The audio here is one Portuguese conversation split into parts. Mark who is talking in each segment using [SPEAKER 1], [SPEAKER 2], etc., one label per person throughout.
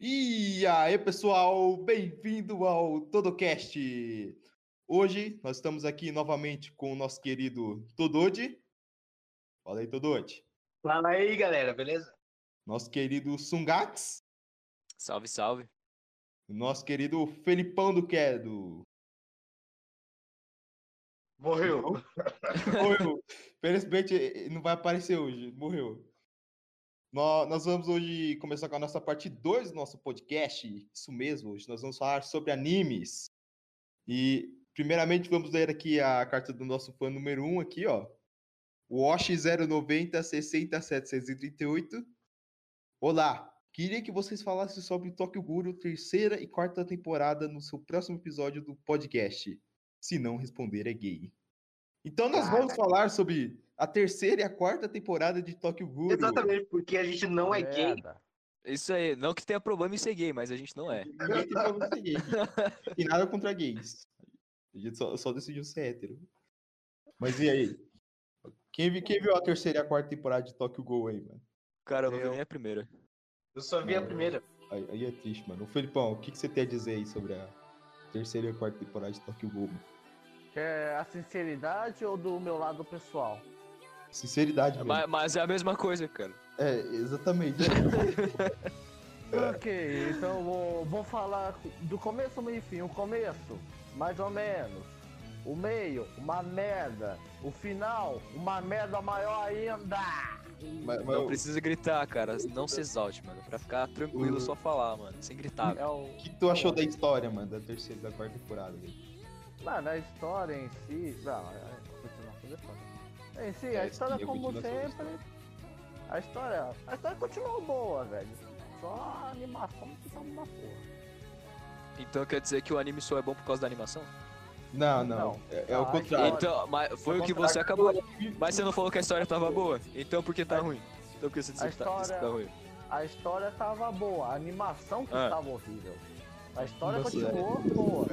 [SPEAKER 1] E aí, pessoal, bem-vindo ao TodoCast. Hoje nós estamos aqui novamente com o nosso querido Todode. Fala aí, Todode.
[SPEAKER 2] Fala aí, galera, beleza?
[SPEAKER 1] Nosso querido Sungax.
[SPEAKER 3] Salve, salve.
[SPEAKER 1] Nosso querido Felipão do Quedo.
[SPEAKER 2] Morreu.
[SPEAKER 1] Morreu. Felizmente ele não vai aparecer hoje. Morreu. Nó- Nós vamos hoje começar com a nossa parte 2 do nosso podcast. Isso mesmo, hoje nós vamos falar sobre animes. E primeiramente vamos ler aqui a carta do nosso fã número 1 um aqui, ó. Wash 090 60738. Olá, queria que vocês falassem sobre Tokyo Guru, terceira e quarta temporada no seu próximo episódio do podcast. Se não responder é gay. Então nós vamos
[SPEAKER 2] Caraca.
[SPEAKER 1] falar sobre a terceira e a quarta temporada de Tokyo Guru.
[SPEAKER 2] Exatamente, porque a gente não é gay.
[SPEAKER 3] Isso aí, não que tenha problema em ser gay, mas a gente não é.
[SPEAKER 1] Ninguém tem problema ser gay. aqui. Tem nada contra gays. A gente só, só decidiu ser hétero. Mas e aí? Quem, vi- quem viu a terceira e a quarta temporada de Tokyo Ghoul aí, mano?
[SPEAKER 3] Cara, eu não vi
[SPEAKER 2] Eu-
[SPEAKER 3] nem a primeira.
[SPEAKER 2] Eu só vi a
[SPEAKER 1] Não.
[SPEAKER 2] primeira.
[SPEAKER 1] Aí, aí é triste, mano. Ô, Felipão, o que, que você tem a dizer aí sobre a terceira e a quarta temporada de Tokyo Ghoul? mano?
[SPEAKER 4] Quer é a sinceridade ou do meu lado pessoal?
[SPEAKER 1] Sinceridade, mano.
[SPEAKER 3] Mas, mas é a mesma coisa, cara.
[SPEAKER 1] É, exatamente.
[SPEAKER 4] Ok, então vou, vou falar do começo ao meio e fim. O começo, mais ou menos. O meio, uma merda. O final, uma merda maior ainda.
[SPEAKER 1] mas, mas
[SPEAKER 3] Não
[SPEAKER 1] o
[SPEAKER 3] precisa gritar, cara. Não se exalte, mano. Pra ficar tranquilo, só falar, mano. Sem gritar.
[SPEAKER 4] É o...
[SPEAKER 1] que tu achou da história, mano, da terceira e da quarta temporada? velho?
[SPEAKER 4] Mano, a história em si. Não, é- continuação depois. Em si,
[SPEAKER 1] É,
[SPEAKER 4] a história,
[SPEAKER 1] sim, a
[SPEAKER 4] como
[SPEAKER 1] continuação da
[SPEAKER 4] sempre. A história. A história continuou boa, velho. Só a animação que tá uma porra.
[SPEAKER 3] Então quer dizer que o anime só é bom por causa da animação?
[SPEAKER 1] Não, não.
[SPEAKER 4] Não.
[SPEAKER 1] É, é o
[SPEAKER 4] Ah,
[SPEAKER 1] contrário.
[SPEAKER 4] Claro.
[SPEAKER 3] Então, mas foi o que você acabou. Mas você não falou que a história tava boa. Então por que tá ruim? Então por que você disse
[SPEAKER 4] A
[SPEAKER 3] que tá, disse que tá ruim?
[SPEAKER 4] A história tava boa, a animação que
[SPEAKER 3] Ah.
[SPEAKER 4] tava horrível. A história
[SPEAKER 1] Você-
[SPEAKER 4] continuou boa.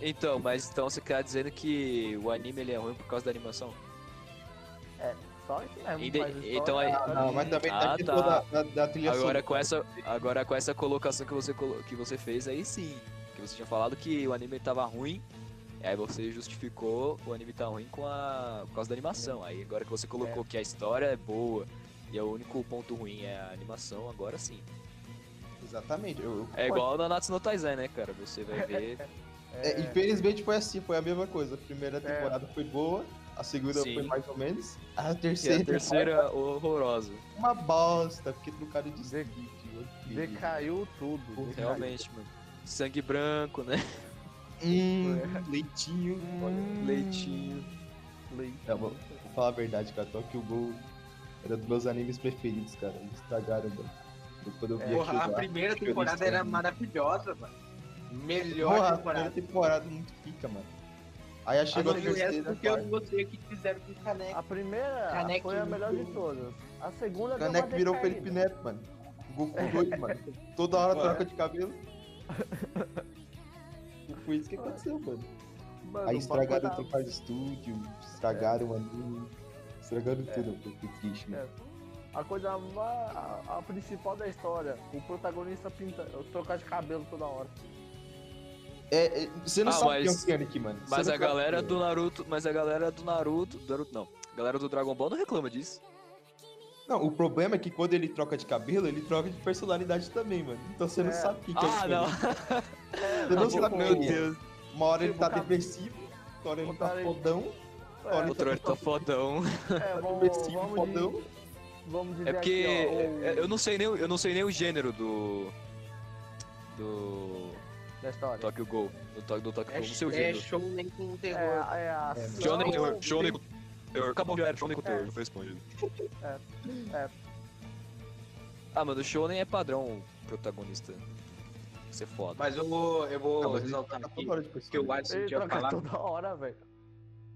[SPEAKER 3] Então, mas então você tá dizendo que o anime ele é ruim por causa da animação?
[SPEAKER 4] Só isso mesmo.
[SPEAKER 3] Inde-
[SPEAKER 4] mas a história-
[SPEAKER 3] então aí-
[SPEAKER 4] a história-
[SPEAKER 1] Não, mas também tá
[SPEAKER 3] Ah,
[SPEAKER 1] a questão
[SPEAKER 3] tá.
[SPEAKER 1] da, da, da trilha
[SPEAKER 3] Agora
[SPEAKER 1] sonora.
[SPEAKER 3] com essa, agora com essa colocação que você colo- que você fez aí sim, que você tinha falado que o anime tava ruim, aí você justificou o anime tá ruim com a por causa da animação. Aí agora que você colocou que a história é boa e o único ponto ruim é a animação, agora sim.
[SPEAKER 1] Exatamente. Eu, eu
[SPEAKER 3] É igual na Natsu no Taizai, né, cara? Você vai ver.
[SPEAKER 1] É, infelizmente foi assim, foi a mesma coisa. A primeira
[SPEAKER 2] É.
[SPEAKER 1] temporada foi boa, a segunda
[SPEAKER 3] Sim.
[SPEAKER 1] foi mais ou menos, a
[SPEAKER 3] que é a
[SPEAKER 1] terceira,
[SPEAKER 3] terceira horrorosa.
[SPEAKER 1] foi uma bosta, porque trocaram de
[SPEAKER 4] De-
[SPEAKER 1] sítio, horrível.
[SPEAKER 4] Decaiu tudo.
[SPEAKER 1] Porra,
[SPEAKER 4] decaiu.
[SPEAKER 3] Realmente, mano. Sangue branco, né?
[SPEAKER 1] Hum,
[SPEAKER 2] É.
[SPEAKER 1] leitinho.
[SPEAKER 2] Hum.
[SPEAKER 1] Olha,
[SPEAKER 3] Leitinho.
[SPEAKER 4] Leite.
[SPEAKER 1] Não, vou, vou falar a verdade, cara. Tokyo Ghoul era dos meus animes preferidos, cara. Eles estragaram, mano. Eu- Quando eu vi
[SPEAKER 4] É.
[SPEAKER 1] aquilo
[SPEAKER 2] Porra, a
[SPEAKER 1] lá,
[SPEAKER 2] primeira
[SPEAKER 1] que eu
[SPEAKER 2] temporada era
[SPEAKER 1] disse,
[SPEAKER 2] maravilhosa, mano. Melhor
[SPEAKER 1] Porra, a primeira
[SPEAKER 2] temporada.
[SPEAKER 1] temporada muito pica, mano. Aí a
[SPEAKER 2] Eu
[SPEAKER 1] chegou
[SPEAKER 2] não
[SPEAKER 1] a
[SPEAKER 2] vi essa
[SPEAKER 1] terceira
[SPEAKER 2] porque eu
[SPEAKER 1] parte.
[SPEAKER 2] não gostei do que fizeram com o Caneco.
[SPEAKER 4] A primeira
[SPEAKER 2] Caneco
[SPEAKER 4] foi a melhor de
[SPEAKER 2] do-
[SPEAKER 4] todas. A segunda
[SPEAKER 1] O
[SPEAKER 4] deu uma
[SPEAKER 1] Caneco virou
[SPEAKER 4] decaída.
[SPEAKER 1] Felipe Neto, mano. O Goku doido, mano. Toda hora
[SPEAKER 2] Mano.
[SPEAKER 1] troca de cabelo. E foi isso que aconteceu, mano.
[SPEAKER 4] Mano,
[SPEAKER 1] Aí
[SPEAKER 4] o
[SPEAKER 1] estragaram o
[SPEAKER 4] bagulho
[SPEAKER 1] Trocar de Estúdio, estragaram o anime, estragaram
[SPEAKER 4] É.
[SPEAKER 1] tudo. Eu fiquei triste, mano.
[SPEAKER 4] da- é, A coisa ma- a, a principal da história, o protagonista pinta, trocar de cabelo toda hora.
[SPEAKER 1] É, é, você não
[SPEAKER 3] Ah,
[SPEAKER 1] sabe
[SPEAKER 3] mas-
[SPEAKER 1] quem é o Sonic, mano. Você
[SPEAKER 3] Mas
[SPEAKER 1] não
[SPEAKER 3] a
[SPEAKER 1] sabe
[SPEAKER 3] galera
[SPEAKER 1] quem é.
[SPEAKER 3] do Naruto, mas a galera do Naruto, do Naruto não. A galera do Dragon Ball não reclama disso.
[SPEAKER 1] Não, o problema é que quando ele troca de cabelo, ele troca de personalidade também, mano. Então você não
[SPEAKER 4] É.
[SPEAKER 1] sabe quem que é o
[SPEAKER 3] Ah, não.
[SPEAKER 1] Sonic. Você não
[SPEAKER 4] Acabou
[SPEAKER 1] sabe
[SPEAKER 4] com-
[SPEAKER 1] quem ele é. Uma hora ele
[SPEAKER 4] Tipo,
[SPEAKER 1] tá
[SPEAKER 4] acabou-
[SPEAKER 1] depressivo, outra hora ele
[SPEAKER 4] Outra
[SPEAKER 1] tá
[SPEAKER 4] hora ele-
[SPEAKER 1] fodão,
[SPEAKER 4] É,
[SPEAKER 1] Olha,
[SPEAKER 3] Outro tá fodão.
[SPEAKER 4] é, vamos,
[SPEAKER 1] depressivo,
[SPEAKER 4] vamos,
[SPEAKER 1] fodão.
[SPEAKER 4] dizer, vamos dizer
[SPEAKER 3] É porque
[SPEAKER 4] aqui, ó, o-
[SPEAKER 3] é, eu não sei nem o- eu não sei nem o gênero do do
[SPEAKER 4] da história.
[SPEAKER 3] Tokyo Ghoul, do Tokyo do Tokyo
[SPEAKER 2] É,
[SPEAKER 3] Ghoul, não sei o
[SPEAKER 2] é
[SPEAKER 3] gênero.
[SPEAKER 2] show nem com
[SPEAKER 4] É,
[SPEAKER 2] terror.
[SPEAKER 4] é a
[SPEAKER 1] É, mas-
[SPEAKER 3] Shonen
[SPEAKER 4] ação-
[SPEAKER 3] Terror, Shonen com Terror, acabou já era Shonen com Terror,
[SPEAKER 4] É.
[SPEAKER 3] não foi respondido.
[SPEAKER 4] É. É.
[SPEAKER 3] Ah, mano, o Shonen é padrão protagonista. Isso é foda.
[SPEAKER 2] Mas eu vou, eu vou
[SPEAKER 1] Não, mas ele
[SPEAKER 2] ressaltar
[SPEAKER 1] troca
[SPEAKER 2] aqui
[SPEAKER 1] tá toda hora de
[SPEAKER 2] que o
[SPEAKER 1] personalidade.
[SPEAKER 2] Alisson
[SPEAKER 4] Ele
[SPEAKER 2] tinha
[SPEAKER 4] troca
[SPEAKER 2] falado.
[SPEAKER 4] toda hora, velho.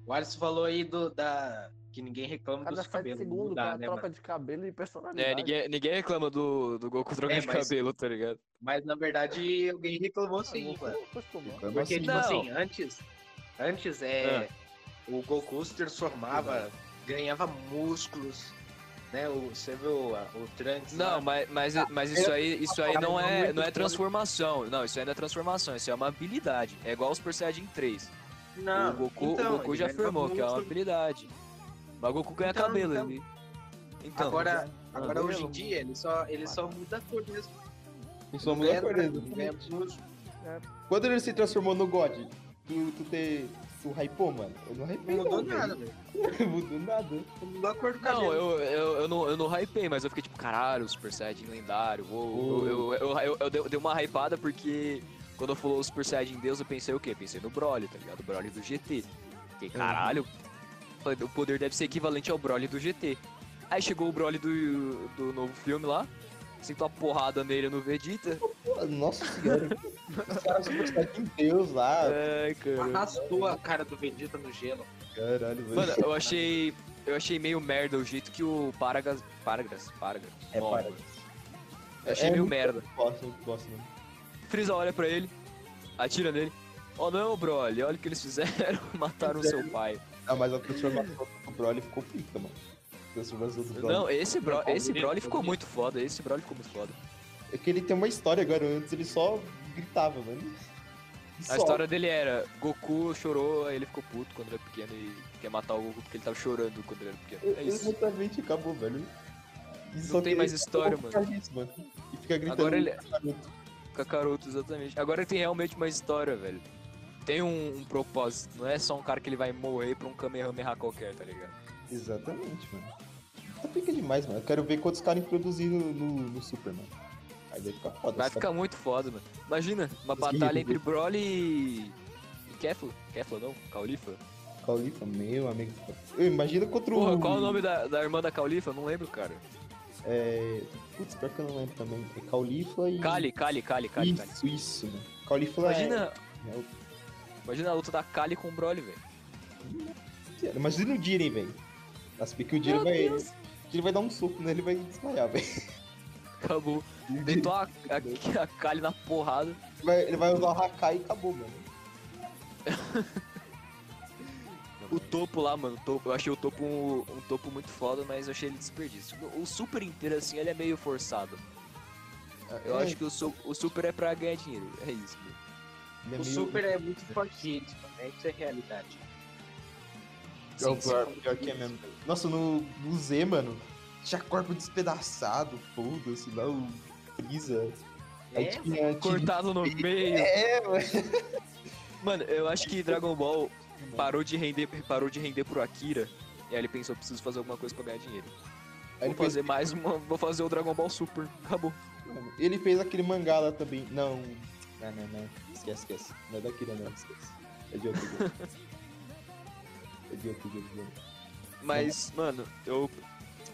[SPEAKER 2] O Alisson falou aí do, da... que ninguém reclama
[SPEAKER 4] Cada
[SPEAKER 2] dos
[SPEAKER 4] 7
[SPEAKER 2] cabelos.
[SPEAKER 4] segundos o
[SPEAKER 2] mudar,
[SPEAKER 4] cara
[SPEAKER 2] né,
[SPEAKER 4] troca
[SPEAKER 2] mano?
[SPEAKER 4] de cabelo e personalidade.
[SPEAKER 3] É, ninguém, ninguém reclama do, do Goku trocando
[SPEAKER 2] É,
[SPEAKER 3] de
[SPEAKER 2] mas-
[SPEAKER 3] cabelo, tá ligado?
[SPEAKER 2] Mas na verdade alguém
[SPEAKER 4] Tá
[SPEAKER 2] reclamou sim, mano.
[SPEAKER 4] né? acostumou.
[SPEAKER 1] Reclama
[SPEAKER 2] Porque,
[SPEAKER 1] assim,
[SPEAKER 2] tipo
[SPEAKER 3] Não.
[SPEAKER 2] assim, antes, antes
[SPEAKER 1] Ah. Uhum.
[SPEAKER 2] é, o Goku se transformava, ganhava músculos, né? O, você viu a- o Trunks
[SPEAKER 3] Não,
[SPEAKER 2] lá?
[SPEAKER 3] mas, mas, mas isso aí, isso aí não, é, não é transformação. Não, isso aí não é transformação, isso é uma habilidade. É igual o Super Saiyajin 3.
[SPEAKER 2] Não, Então,
[SPEAKER 3] o Goku, o Goku
[SPEAKER 2] Ah, ele
[SPEAKER 3] já
[SPEAKER 2] vai
[SPEAKER 3] afirmou
[SPEAKER 2] ficar
[SPEAKER 3] que é uma
[SPEAKER 2] muito-
[SPEAKER 3] habilidade. Mas o Goku ganha
[SPEAKER 2] Então,
[SPEAKER 3] cabelo,
[SPEAKER 2] então.
[SPEAKER 3] ele. Então,
[SPEAKER 2] Agora,
[SPEAKER 3] Ah,
[SPEAKER 2] agora
[SPEAKER 3] não.
[SPEAKER 2] hoje em dia, ele só, ele só muda a cor mesmo.
[SPEAKER 1] Não sou
[SPEAKER 2] Não
[SPEAKER 1] mulher
[SPEAKER 2] ganha
[SPEAKER 1] cordesa.
[SPEAKER 2] nada, não ganha músculo.
[SPEAKER 1] Quando ele se transformou no God, tu, tu te. Tu hypou, mano? Eu não hypei.
[SPEAKER 2] Não mudou
[SPEAKER 1] velho.
[SPEAKER 2] nada, velho.
[SPEAKER 1] mudou nada.
[SPEAKER 2] Não mudou a cor do cabelo.
[SPEAKER 3] Não, eu, eu, eu não, eu não hypei, mas eu fiquei tipo, caralho, Super Saiyajin lendário. uou, Eu, eu, eu, eu- eu dei- eu dei uma hypada porque quando eu falou Super Saiyajin Deus, eu pensei o quê? Pensei no Broly, tá ligado? O Broly do GT. Fiquei, caralho, falei, o poder deve ser equivalente ao Broly do GT. Aí chegou o Broly do, do novo filme lá, sinto uma porrada nele no Vegeta.
[SPEAKER 1] Pô, Nossa senhora. Os caras super Saiyajin Deus
[SPEAKER 3] Ah.
[SPEAKER 1] lá.
[SPEAKER 3] Ai, cara.
[SPEAKER 2] Arrastou a cara do Vegeta no gelo.
[SPEAKER 1] Caralho, velho.
[SPEAKER 3] Mano, eu achei. Eu achei meio merda o jeito que o Paragas. Paragas, Paragas.
[SPEAKER 1] É,
[SPEAKER 3] morre.
[SPEAKER 1] para.
[SPEAKER 3] Eu achei
[SPEAKER 1] É
[SPEAKER 3] meio
[SPEAKER 1] muito-
[SPEAKER 3] merda.
[SPEAKER 1] Gosto, eu gosto, mano.
[SPEAKER 3] Frieza olha é pra ele, atira nele. Oh não, Broly, olha o que eles fizeram, mataram seu pai.
[SPEAKER 1] Ah, mas a transformação do Broly ficou pica, mano. A transformação do Broly.
[SPEAKER 3] Não, esse, bro,
[SPEAKER 2] Não,
[SPEAKER 3] esse
[SPEAKER 2] bonito,
[SPEAKER 3] Broly ficou
[SPEAKER 2] bonito.
[SPEAKER 3] muito foda, esse Broly ficou muito foda.
[SPEAKER 1] É que ele tem uma história agora, antes ele só gritava, mano.
[SPEAKER 3] A história dele era, Goku chorou, aí ele ficou puto quando era pequeno e quer matar o Goku porque ele tava chorando quando ele era pequeno. É isso.
[SPEAKER 1] Exatamente, acabou, velho. E só
[SPEAKER 3] Não
[SPEAKER 1] que
[SPEAKER 3] tem mais
[SPEAKER 1] ele
[SPEAKER 3] história,
[SPEAKER 1] fica feliz, mano. E fica gritando.
[SPEAKER 3] Agora ele-
[SPEAKER 1] Naruto.
[SPEAKER 3] Kakaroto, exatamente. Agora ele tem realmente uma história, velho. Tem um, um propósito, não é só um cara que ele vai morrer pra um Kamehameha qualquer, tá ligado?
[SPEAKER 1] Exatamente, mano. Tá pica demais, mano. Eu quero ver quantos caras introduziram no, no Super, mano. Aí vai ficar foda.
[SPEAKER 3] Vai
[SPEAKER 1] sabe?
[SPEAKER 3] ficar muito foda, mano. Imagina, uma
[SPEAKER 1] Os
[SPEAKER 3] batalha
[SPEAKER 1] guerreiros
[SPEAKER 3] entre Broly e. e Kefla. Kefla não, Caulifa.
[SPEAKER 1] Caulifa, meu amigo. tá-" Eu imagino contra o.
[SPEAKER 3] Porra, qual é o nome da, da irmã da Caulifa? Não lembro, cara.
[SPEAKER 1] É... Putz, pior que eu não lembro também. É Caulifa e.
[SPEAKER 3] Kali, Kali, Kali, Kali, Kali.
[SPEAKER 1] Isso, isso, mano. Caulifa
[SPEAKER 3] Imagina,
[SPEAKER 1] é. é o
[SPEAKER 3] imagina a luta da Kali com o Broly, velho.
[SPEAKER 1] Sério, é? Imagina o Jiren, velho. Nossa, porque o Jiren vai. O Jiren vai dar um soco nele e vai desmaiar, velho.
[SPEAKER 3] Acabou. Deitou a, a, a Kali na porrada.
[SPEAKER 1] Ele vai- Ele vai usar o Hakai e acabou, mano.
[SPEAKER 3] O topo lá, mano, o topo, eu achei o topo um, um topo muito foda, mas eu achei ele desperdício. O, o super inteiro, assim, ele é meio forçado. Eu
[SPEAKER 1] É,
[SPEAKER 3] acho que o, su- o super é pra ganhar dinheiro. É isso, meu.
[SPEAKER 1] ele é meio-
[SPEAKER 2] o Super é muito forçado, né? Isso é realidade.
[SPEAKER 1] É o
[SPEAKER 3] Sim, sim.
[SPEAKER 1] pior, pior que é mesmo. velho. Nossa, no, no Z, mano, tinha corpo despedaçado, foda-se, assim, lá o Freeza. Aí
[SPEAKER 2] É,
[SPEAKER 1] tinha, tinha-
[SPEAKER 3] Cortado no meio.
[SPEAKER 1] É, ué.
[SPEAKER 3] Mano, eu acho que Dragon Ball parou de render, parou de render pro Akira. E aí ele pensou, preciso fazer alguma coisa pra ganhar dinheiro.
[SPEAKER 1] Aí ele
[SPEAKER 3] vou fazer mais uma, vou fazer o Dragon Ball Super. Acabou.
[SPEAKER 1] fez, mano, ele fez aquele mangá lá também. Não. Não, não, não. Esquece, esquece. Não é daquele, não, esquece. É de outro jogo. é de outro jogo, mano.
[SPEAKER 3] Mas, mano, eu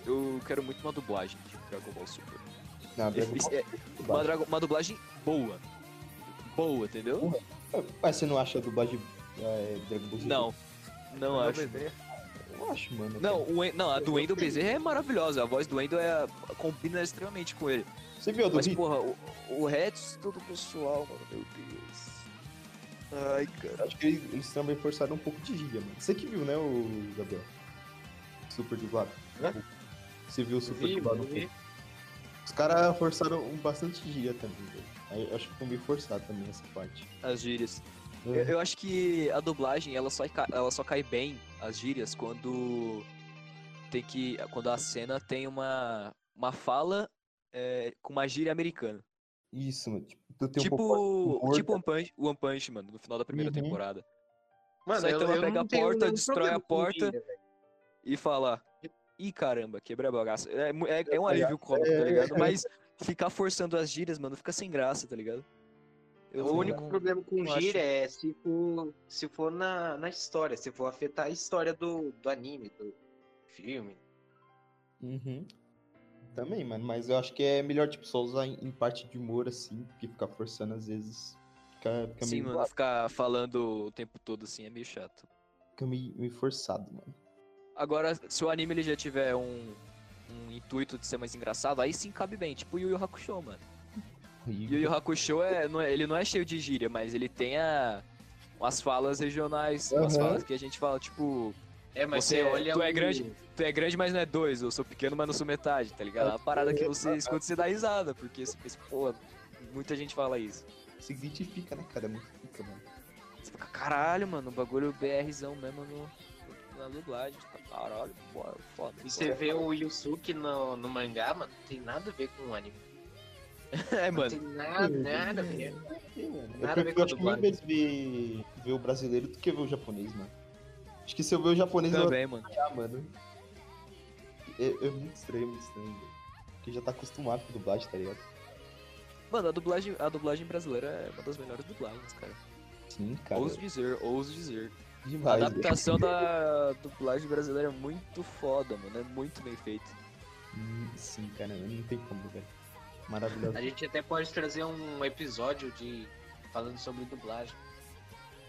[SPEAKER 3] eu quero muito uma dublagem de Dragon Ball Super.
[SPEAKER 1] Não, Dragon
[SPEAKER 3] Esse-
[SPEAKER 1] Ball
[SPEAKER 3] é,
[SPEAKER 1] é
[SPEAKER 3] uma,
[SPEAKER 1] dublagem.
[SPEAKER 3] drago- uma dublagem boa. Boa, entendeu?
[SPEAKER 1] Mas você não acha a dublagem é, Dragon Ball Z?
[SPEAKER 3] Não. Não
[SPEAKER 1] é
[SPEAKER 3] acho.
[SPEAKER 1] Eu acho, mano.
[SPEAKER 3] Não, o, En- não, a do Wendel Bezerra é maravilhosa. A voz do Wendel é, combina extremamente com ele.
[SPEAKER 1] Você viu a do
[SPEAKER 3] Mas,
[SPEAKER 1] Hit?
[SPEAKER 3] porra, o, o resto do pessoal, mano, meu Deus. Ai, cara.
[SPEAKER 1] Acho que eles, eles também forçaram um pouco de gíria, mano. Você que viu, né, o Gabriel? Super dublado.
[SPEAKER 2] Hã?
[SPEAKER 1] Você viu o super
[SPEAKER 2] Vi,
[SPEAKER 1] dublado? um
[SPEAKER 2] vi.
[SPEAKER 1] pouco. Os caras forçaram um bastante gíria também, velho. Aí eu Acho que foi meio forçado também essa parte.
[SPEAKER 3] As gírias. Eu,
[SPEAKER 1] É.
[SPEAKER 3] eu acho que a dublagem, ela só, ca- ela só cai bem, as gírias, quando tem que. Quando a cena tem uma, uma fala é, com uma gíria americana.
[SPEAKER 1] Isso, mano. Tipo, tu tem um pouco-
[SPEAKER 3] tipo
[SPEAKER 1] porta.
[SPEAKER 3] tipo One, Punch, One Punch, mano, no final da primeira
[SPEAKER 1] Uhum.
[SPEAKER 3] temporada.
[SPEAKER 2] Mano,
[SPEAKER 3] Só então
[SPEAKER 2] eu-
[SPEAKER 3] ela
[SPEAKER 2] eu
[SPEAKER 3] pega
[SPEAKER 2] não
[SPEAKER 3] a
[SPEAKER 2] tenho
[SPEAKER 3] porta,
[SPEAKER 2] nenhum
[SPEAKER 3] destrói
[SPEAKER 2] problema
[SPEAKER 3] a
[SPEAKER 2] com
[SPEAKER 3] porta.
[SPEAKER 2] gíria, velho.
[SPEAKER 3] E fala. Ih, caramba, quebrei a bagaça. É, mu- é, é um alívio cômico,
[SPEAKER 1] é,
[SPEAKER 3] tá ligado?
[SPEAKER 1] é.
[SPEAKER 3] Mas ficar forçando as gírias, mano, fica sem graça, tá ligado? Eu
[SPEAKER 1] Sim.
[SPEAKER 2] O único problema com
[SPEAKER 3] não acho.
[SPEAKER 2] gíria é se for, se for na, na história, se for afetar a história do, do anime, do filme.
[SPEAKER 1] Uhum. Também, mano. Mas eu acho que é melhor, tipo, só usar em, em parte de humor, assim. Porque ficar forçando, às vezes, fica, fica,
[SPEAKER 3] Sim,
[SPEAKER 1] meio,
[SPEAKER 3] mano, ficar falando o tempo todo assim é meio chato.
[SPEAKER 1] fica meio- meio forçado, mano.
[SPEAKER 3] Agora, se o anime ele já tiver um, um intuito de ser mais engraçado, aí sim cabe bem, tipo Yu Yu Hakusho, mano. Yu Yu Hakusho é, não é- ele não é cheio de gíria, mas ele tem a, umas falas regionais, umas
[SPEAKER 1] Aham.
[SPEAKER 3] falas que a gente fala, tipo,
[SPEAKER 2] É, mas
[SPEAKER 3] Você-
[SPEAKER 2] você, olha.
[SPEAKER 3] tu é
[SPEAKER 2] o-
[SPEAKER 3] grande? Tu é grande, mas não é dois. Eu sou pequeno, mas não sou metade, tá ligado? É uma parada que você escuta e você dá risada, porque você pensa, pô, muita gente fala isso.
[SPEAKER 1] Significa, né, cara? É muito fica, mano.
[SPEAKER 3] Você fica, caralho, mano, o bagulho BRzão mesmo no, na dublagem. Você fica, Caralho, pô, é foda.
[SPEAKER 2] E você vê o Yusuke no, no mangá, mano, não tem nada a ver com o anime.
[SPEAKER 3] É,
[SPEAKER 2] Não
[SPEAKER 3] mano.
[SPEAKER 2] tem nada, nada a ver.
[SPEAKER 1] né? Eu
[SPEAKER 2] Nada a ver
[SPEAKER 1] prefiro
[SPEAKER 2] com
[SPEAKER 1] acho que mil
[SPEAKER 2] dublagem.
[SPEAKER 1] vezes ver, ver o brasileiro do que ver o japonês, mano. Acho que se eu ver o japonês, eu vou
[SPEAKER 3] Também, mano.
[SPEAKER 1] achar, mano. É, é muito estranho, muito estranho, velho. Porque já tá acostumado com dublagem, tá ligado?
[SPEAKER 3] Mano, a dublagem, a dublagem brasileira é uma das melhores dublagens, cara.
[SPEAKER 1] Sim, cara.
[SPEAKER 3] Ouso dizer, ouso dizer. A
[SPEAKER 1] Demais, velho.
[SPEAKER 3] adaptação da dublagem brasileira é muito foda, mano. É muito bem feito.
[SPEAKER 1] Hum, Sim, cara, não tem como, velho. Maravilhoso.
[SPEAKER 2] A gente até pode trazer um episódio de falando sobre dublagem.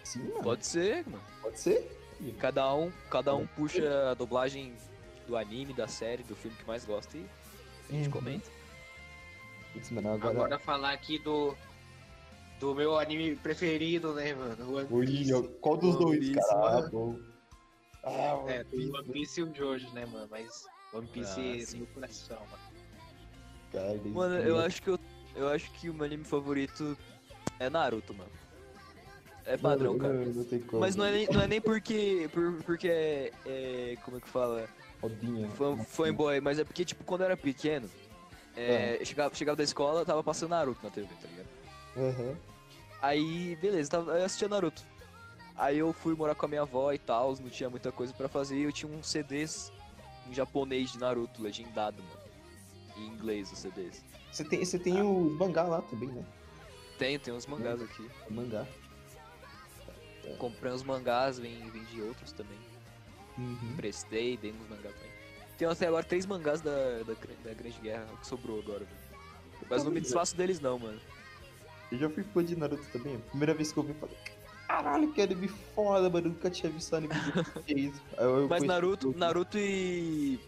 [SPEAKER 1] Sim, mano. Pode,
[SPEAKER 3] Pode ser, mano.
[SPEAKER 1] ser.
[SPEAKER 3] Cada um, cada um puxa a dublagem do anime, da série, do filme que mais gosta e a gente
[SPEAKER 1] Uhum.
[SPEAKER 3] comenta.
[SPEAKER 1] Putz, mano, agora.
[SPEAKER 2] Agora falar aqui do do meu anime preferido, né, mano? One
[SPEAKER 1] Oi,
[SPEAKER 2] Piece.
[SPEAKER 1] eu- qual dos
[SPEAKER 2] One
[SPEAKER 1] dois,
[SPEAKER 3] Piece,
[SPEAKER 1] cara?
[SPEAKER 3] mano.
[SPEAKER 1] Ah, bom. Ah,
[SPEAKER 2] É,
[SPEAKER 1] One
[SPEAKER 2] tem
[SPEAKER 1] Piece,
[SPEAKER 2] One Piece e o Jojo, né, mano? Mas One
[SPEAKER 3] Ah,
[SPEAKER 2] Piece é
[SPEAKER 3] sim.
[SPEAKER 2] no coração, mano.
[SPEAKER 1] cara, é eles-
[SPEAKER 3] Mano, eu acho que eu, eu acho que o meu anime favorito é Naruto, mano. É padrão,
[SPEAKER 1] Não,
[SPEAKER 3] cara.
[SPEAKER 1] Não, não tem como.
[SPEAKER 3] Mas não é nem, não é nem porque, por- porque é, é- Como é que fala?
[SPEAKER 1] Rodinha.
[SPEAKER 3] Fan, fanboy, mas é porque, tipo, quando eu era pequeno, é, eu chegava, chegava da escola, tava passando Naruto na TV, tá ligado?
[SPEAKER 1] Aham.
[SPEAKER 3] Aí, beleza, tava, eu assistia Naruto. Aí eu fui morar com a minha avó e tal, não tinha muita coisa pra fazer, e eu tinha uns CDs em japonês de Naruto, legendado, mano. Em inglês os CDs.
[SPEAKER 1] Você tem, você tem o mangá lá também, né?
[SPEAKER 3] Tem, tem uns mangás aqui.
[SPEAKER 1] O mangá.
[SPEAKER 3] Comprei uns mangás, vem- vendi outros também. Uhum. Emprestei, dei uns mangás também. Tem até agora três mangás da, da, gr- da Grande Guerra que sobrou agora, mano. Mas não me desfaço deles não, mano.
[SPEAKER 1] Eu já fui fã de Naruto também. A primeira vez que eu vi, eu falei, caralho, que anime foda, mano. Eu nunca tinha visto anime de que é isso. Aí eu
[SPEAKER 3] Mas
[SPEAKER 1] conheci-
[SPEAKER 3] Naruto, Naruto e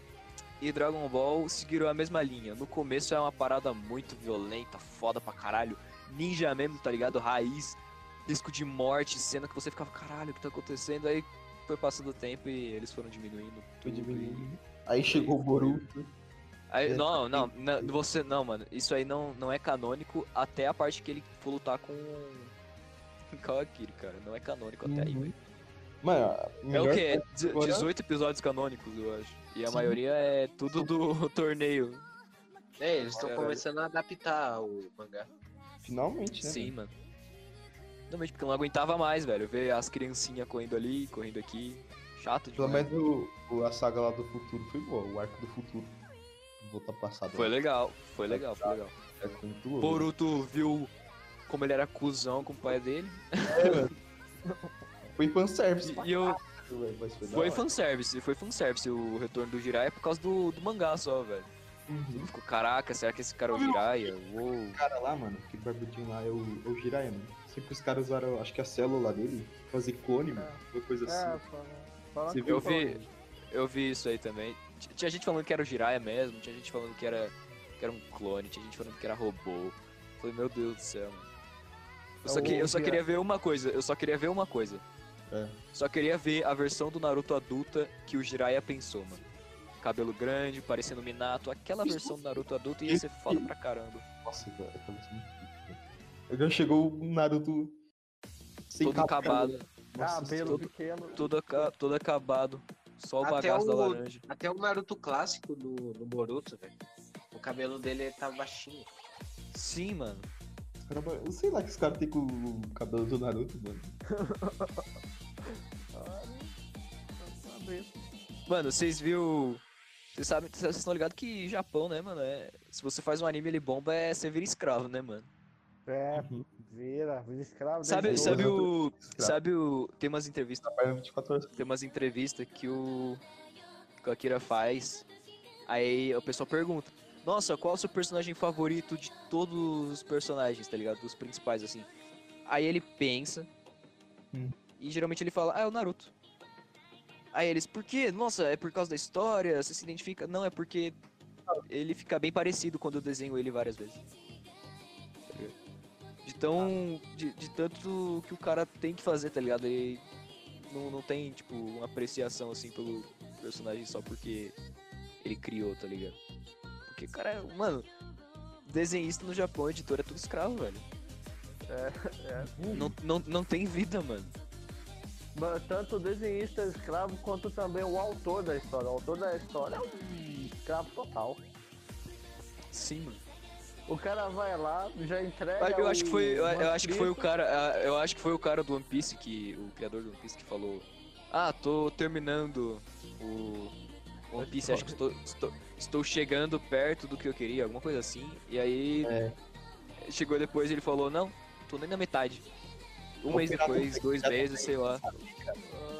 [SPEAKER 3] e Dragon Ball seguiram a mesma linha. No começo é uma parada muito violenta, foda pra caralho. Ninja mesmo, tá ligado? Raiz, risco de morte, cena que você ficava, caralho, o que tá acontecendo? Aí foi passando o tempo e eles foram diminuindo.
[SPEAKER 1] Foi
[SPEAKER 3] tudo e-
[SPEAKER 1] diminuindo. Aí chegou o Boruto.
[SPEAKER 3] Aí,
[SPEAKER 1] É,
[SPEAKER 3] não, não, não, você não, mano. Isso aí não, não é canônico até a parte que ele for lutar com com o Kawakiri, cara. Não é canônico até aí,
[SPEAKER 1] Uhum.
[SPEAKER 3] velho.
[SPEAKER 1] Mano,
[SPEAKER 3] É o
[SPEAKER 1] melhor-
[SPEAKER 3] que? É de-
[SPEAKER 1] agora-
[SPEAKER 3] 18 episódios canônicos, eu acho. E a
[SPEAKER 1] Sim.
[SPEAKER 3] maioria é tudo do torneio.
[SPEAKER 2] É, eles estão
[SPEAKER 3] Olha,
[SPEAKER 2] começando a adaptar o mangá.
[SPEAKER 1] Finalmente, né?
[SPEAKER 3] Sim, mano. Realmente, porque eu não aguentava mais, velho. Ver as criancinhas correndo ali, correndo aqui. Chato
[SPEAKER 1] Pelo
[SPEAKER 3] demais.
[SPEAKER 1] menos o- o- a saga lá do futuro foi boa, o arco do futuro. Voltar passado. né?
[SPEAKER 3] Foi legal, foi legal, foi legal.
[SPEAKER 1] É muito louco.
[SPEAKER 3] Boruto viu como ele era cuzão com o pai dele.
[SPEAKER 1] Foi fanservice.
[SPEAKER 3] E eu...
[SPEAKER 1] pra caralho, mas foi da
[SPEAKER 3] Foi
[SPEAKER 1] hora.
[SPEAKER 3] fanservice, foi fanservice o retorno do Jiraiya por causa do, do mangá só, velho.
[SPEAKER 1] Uhum.
[SPEAKER 3] Ficou, caraca, será que esse cara é o Jiraiya? Uou.
[SPEAKER 1] O cara lá, mano, aquele barbudinho lá é o, é o Jiraiya, mano. Sempre os caras usaram, acho que a célula dele, fazer clone, mano, alguma coisa
[SPEAKER 4] É,
[SPEAKER 1] assim.
[SPEAKER 4] fala- fala
[SPEAKER 1] Você
[SPEAKER 4] com
[SPEAKER 1] viu?
[SPEAKER 4] o
[SPEAKER 1] Eu
[SPEAKER 3] vi- Eu vi isso aí também. T- Tinha gente falando que era o Jiraiya mesmo, tinha gente falando que era, que era um clone, tinha gente falando que era robô. Falei, meu Deus do céu, mano. Eu só,
[SPEAKER 4] É o
[SPEAKER 3] que- eu só
[SPEAKER 4] Jiraiya.
[SPEAKER 3] queria ver uma coisa, eu só queria ver uma coisa.
[SPEAKER 1] É.
[SPEAKER 3] Só queria ver a versão do Naruto adulta que o Jiraiya pensou, mano. Cabelo grande, parecendo um Minato, aquela versão do Naruto adulta ia ser foda pra caramba.
[SPEAKER 1] Nossa, cara, eu tava sendo muito triste, velho. Agora chegou o Naruto sem
[SPEAKER 3] Todo acabado,
[SPEAKER 1] Nossa,
[SPEAKER 4] Cabelo
[SPEAKER 3] todo-
[SPEAKER 4] pequeno.
[SPEAKER 3] todo, aca- todo acabado. Só o
[SPEAKER 2] Até
[SPEAKER 3] bagaço da
[SPEAKER 2] o-
[SPEAKER 3] laranja.
[SPEAKER 2] Até o Naruto clássico do, do Boruto, velho. O cabelo dele tá baixinho.
[SPEAKER 3] Sim, mano.
[SPEAKER 1] os caras- Eu sei lá que os caras têm com o cabelo do Naruto, mano.
[SPEAKER 3] Mano, vocês viu. Vocês sabem, vocês estão ligados que Japão, né, mano? é- Se você faz um anime ele bomba, é você vira escravo, né, mano?
[SPEAKER 4] É, vira, vira escravo. desde
[SPEAKER 3] Sabe,
[SPEAKER 4] novo.
[SPEAKER 3] sabe o.
[SPEAKER 1] Escravo.
[SPEAKER 3] Sabe o. Tem umas entrevistas.
[SPEAKER 1] Trabalha 24 horas.
[SPEAKER 3] Tem umas entrevistas que o. Que o Akira faz. Aí o pessoal pergunta. Nossa, qual é o seu personagem favorito de todos os personagens, tá ligado? Dos principais, assim. Aí ele pensa.
[SPEAKER 1] Hum.
[SPEAKER 3] E geralmente ele fala, ah, é o Naruto. Aí eles, por quê? Nossa, é por causa da história? Você se identifica? Não, é porque ele fica bem parecido quando eu desenho ele várias vezes. Tá ligado? De tão. De, de tanto que o cara tem que fazer, tá ligado? Ele não, não tem, tipo, uma apreciação assim pelo personagem só porque ele criou, tá ligado? Porque, cara, mano, desenhista no Japão, editor é tudo escravo, velho. Não, não, não tem vida, mano.
[SPEAKER 4] Mas Tanto o desenhista é escravo quanto também o autor da história. O autor da história é um escravo total.
[SPEAKER 3] Sim, mano.
[SPEAKER 4] O cara vai lá, já entrega.
[SPEAKER 3] Mas eu
[SPEAKER 4] o
[SPEAKER 3] acho que foi, eu, eu acho que foi o
[SPEAKER 4] manuscrito.
[SPEAKER 3] cara, ah, eu acho que foi o cara do One Piece que o criador do One Piece que falou: "Ah, tô terminando o One Piece, acho que estou, estou, estou chegando perto do que eu queria, alguma coisa assim". E aí
[SPEAKER 1] É.
[SPEAKER 3] chegou depois e ele falou: "Não, tô nem na metade". Um
[SPEAKER 1] Vou
[SPEAKER 3] mês
[SPEAKER 1] pegar
[SPEAKER 3] depois,
[SPEAKER 1] tudo,
[SPEAKER 3] dois
[SPEAKER 1] já tá tô
[SPEAKER 3] meses,
[SPEAKER 1] bem.
[SPEAKER 3] sei lá.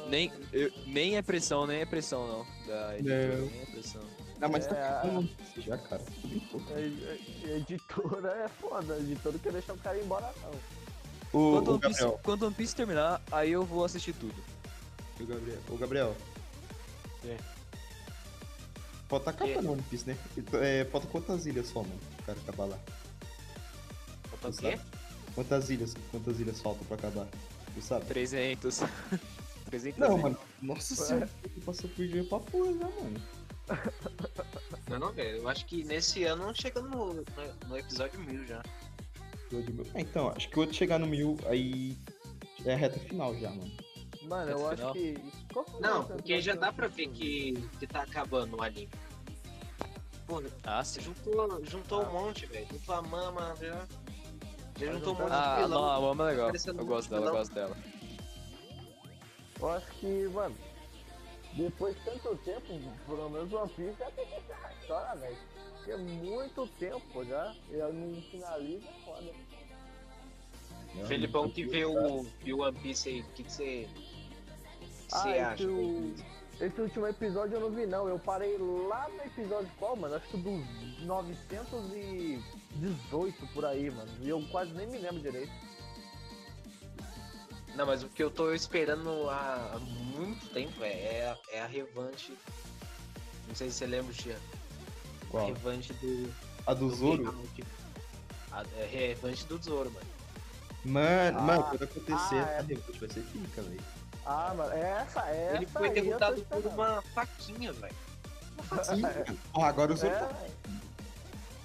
[SPEAKER 3] Nem, eu- nem é pressão, nem é pressão não, da editora,
[SPEAKER 1] Não.
[SPEAKER 3] nem é pressão.
[SPEAKER 1] Não, mas
[SPEAKER 4] É.
[SPEAKER 1] tá ficando isso já, cara. tá
[SPEAKER 4] A- a- a Editora é foda, a editora não quer deixar o cara ir embora, não.
[SPEAKER 1] O,
[SPEAKER 3] Quando
[SPEAKER 1] o
[SPEAKER 3] One Piece,
[SPEAKER 1] Gabriel,
[SPEAKER 3] quando One Piece terminar, aí eu vou assistir tudo.
[SPEAKER 1] o Gabriel. O Gabriel.
[SPEAKER 2] É.
[SPEAKER 1] Falta acabar no One Piece, né? Então, é, falta quantas ilhas só, mano? Pra acabar lá.
[SPEAKER 2] Falta o
[SPEAKER 1] Você
[SPEAKER 2] quê?
[SPEAKER 1] Quantas ilhas, quantas ilhas faltam pra acabar? Você sabe?
[SPEAKER 3] 300. 300
[SPEAKER 1] Não,
[SPEAKER 3] e-
[SPEAKER 1] mano. Nossa senhora, passou por dinheiro pra porra, né, mano?
[SPEAKER 2] Eu não, velho. Eu acho que nesse ano chega no, no, no episódio mil já.
[SPEAKER 1] Eu digo, "Ah, Então, acho que o outro chegar no mil, aí é a reta final já, mano.
[SPEAKER 4] Mano, eu
[SPEAKER 3] Esse
[SPEAKER 4] acho
[SPEAKER 3] final?
[SPEAKER 4] que. Qual foi
[SPEAKER 2] Não,
[SPEAKER 4] o
[SPEAKER 2] porque
[SPEAKER 4] campeonato
[SPEAKER 2] já dá pra
[SPEAKER 4] que-
[SPEAKER 2] ver que, que tá acabando o anime. Pô,
[SPEAKER 3] Ah, sim.
[SPEAKER 2] juntou, juntou um monte, velho. Juntou a mama, já. Já juntou um monte de
[SPEAKER 3] Ah, não,
[SPEAKER 2] vilão.
[SPEAKER 3] a Mama é legal.
[SPEAKER 2] Parecendo
[SPEAKER 3] Eu
[SPEAKER 2] um
[SPEAKER 3] gosto dela, eu
[SPEAKER 2] vilão.
[SPEAKER 3] gosto dela.
[SPEAKER 4] Eu acho que, mano, depois de tanto tempo, pelo menos One Piece já tem que encerrar a história, velho. Porque é muito tempo já, e ela não finaliza, é foda.
[SPEAKER 1] É,
[SPEAKER 2] Felipão que vê o, viu o One Piece aí, o que que você.
[SPEAKER 4] Ah,
[SPEAKER 2] Você
[SPEAKER 4] esse
[SPEAKER 2] acha?
[SPEAKER 4] o- Esse último episódio eu não vi, não. Eu parei lá no episódio qual, mano? Acho que do 918 por aí, mano. E eu quase nem me lembro direito.
[SPEAKER 2] Não, mas o que eu tô esperando há há muito tempo véi, é, a- é a revanche. Não sei se você lembra, Tia. A
[SPEAKER 1] Qual?
[SPEAKER 2] revanche do.
[SPEAKER 1] A do Zoro?
[SPEAKER 2] A, é, revanche do Zoro, mano.
[SPEAKER 1] Mano,
[SPEAKER 4] Ah,
[SPEAKER 1] mano, quando acontecer
[SPEAKER 4] ah,
[SPEAKER 1] essa
[SPEAKER 4] é.
[SPEAKER 1] revanche vai ser fica, velho.
[SPEAKER 4] Ah, mano, essa, é essa.
[SPEAKER 2] Ele foi
[SPEAKER 4] aí tá, eu tô
[SPEAKER 2] derrotado por
[SPEAKER 4] esperando.
[SPEAKER 2] uma faquinha, velho.
[SPEAKER 1] Porra, agora o Zoro
[SPEAKER 4] É,
[SPEAKER 1] tá
[SPEAKER 4] velho.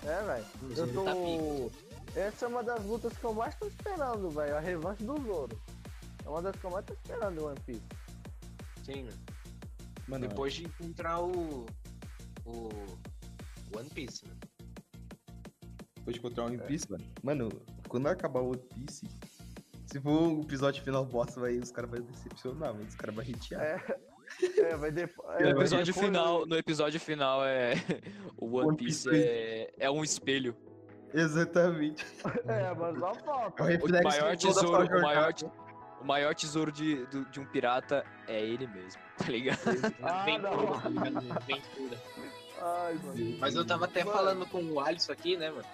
[SPEAKER 4] é velho. Eu
[SPEAKER 2] Zoro tá
[SPEAKER 4] tô. Essa é uma das lutas que eu mais tô esperando, velho. A revanche do Zoro. É uma das que eu mais tô esperando do One Piece.
[SPEAKER 2] Sim, mano.
[SPEAKER 1] Mano,
[SPEAKER 2] Depois de encontrar o. O. One Piece, né? mano.
[SPEAKER 1] depois de encontrar o One Piece, mano. Mano, quando acabar o One Piece, se for o episódio final bosta, vai, os caras vão decepcionar, mas os caras vão hatear.
[SPEAKER 4] É. É, vai depois.
[SPEAKER 1] No
[SPEAKER 3] No
[SPEAKER 1] É,
[SPEAKER 3] episódio final, no episódio final é. O One
[SPEAKER 1] One
[SPEAKER 3] Piece
[SPEAKER 1] Piece.
[SPEAKER 3] é, é um espelho.
[SPEAKER 1] Exatamente.
[SPEAKER 4] É, mano, só
[SPEAKER 1] É
[SPEAKER 4] falta.
[SPEAKER 1] o
[SPEAKER 3] O
[SPEAKER 1] reflexo
[SPEAKER 3] maior
[SPEAKER 1] de toda a sua
[SPEAKER 3] tesouro, o
[SPEAKER 1] jornada.
[SPEAKER 3] maior, te- o maior tesouro de, do- de um pirata é ele mesmo, tá ligado?
[SPEAKER 4] Ah,
[SPEAKER 2] aventura,
[SPEAKER 4] não.
[SPEAKER 2] tá ligado? Aventura.
[SPEAKER 4] Ai, mano.
[SPEAKER 2] Mas eu tava até
[SPEAKER 4] Mano.
[SPEAKER 2] falando com o Alisson aqui, né, mano?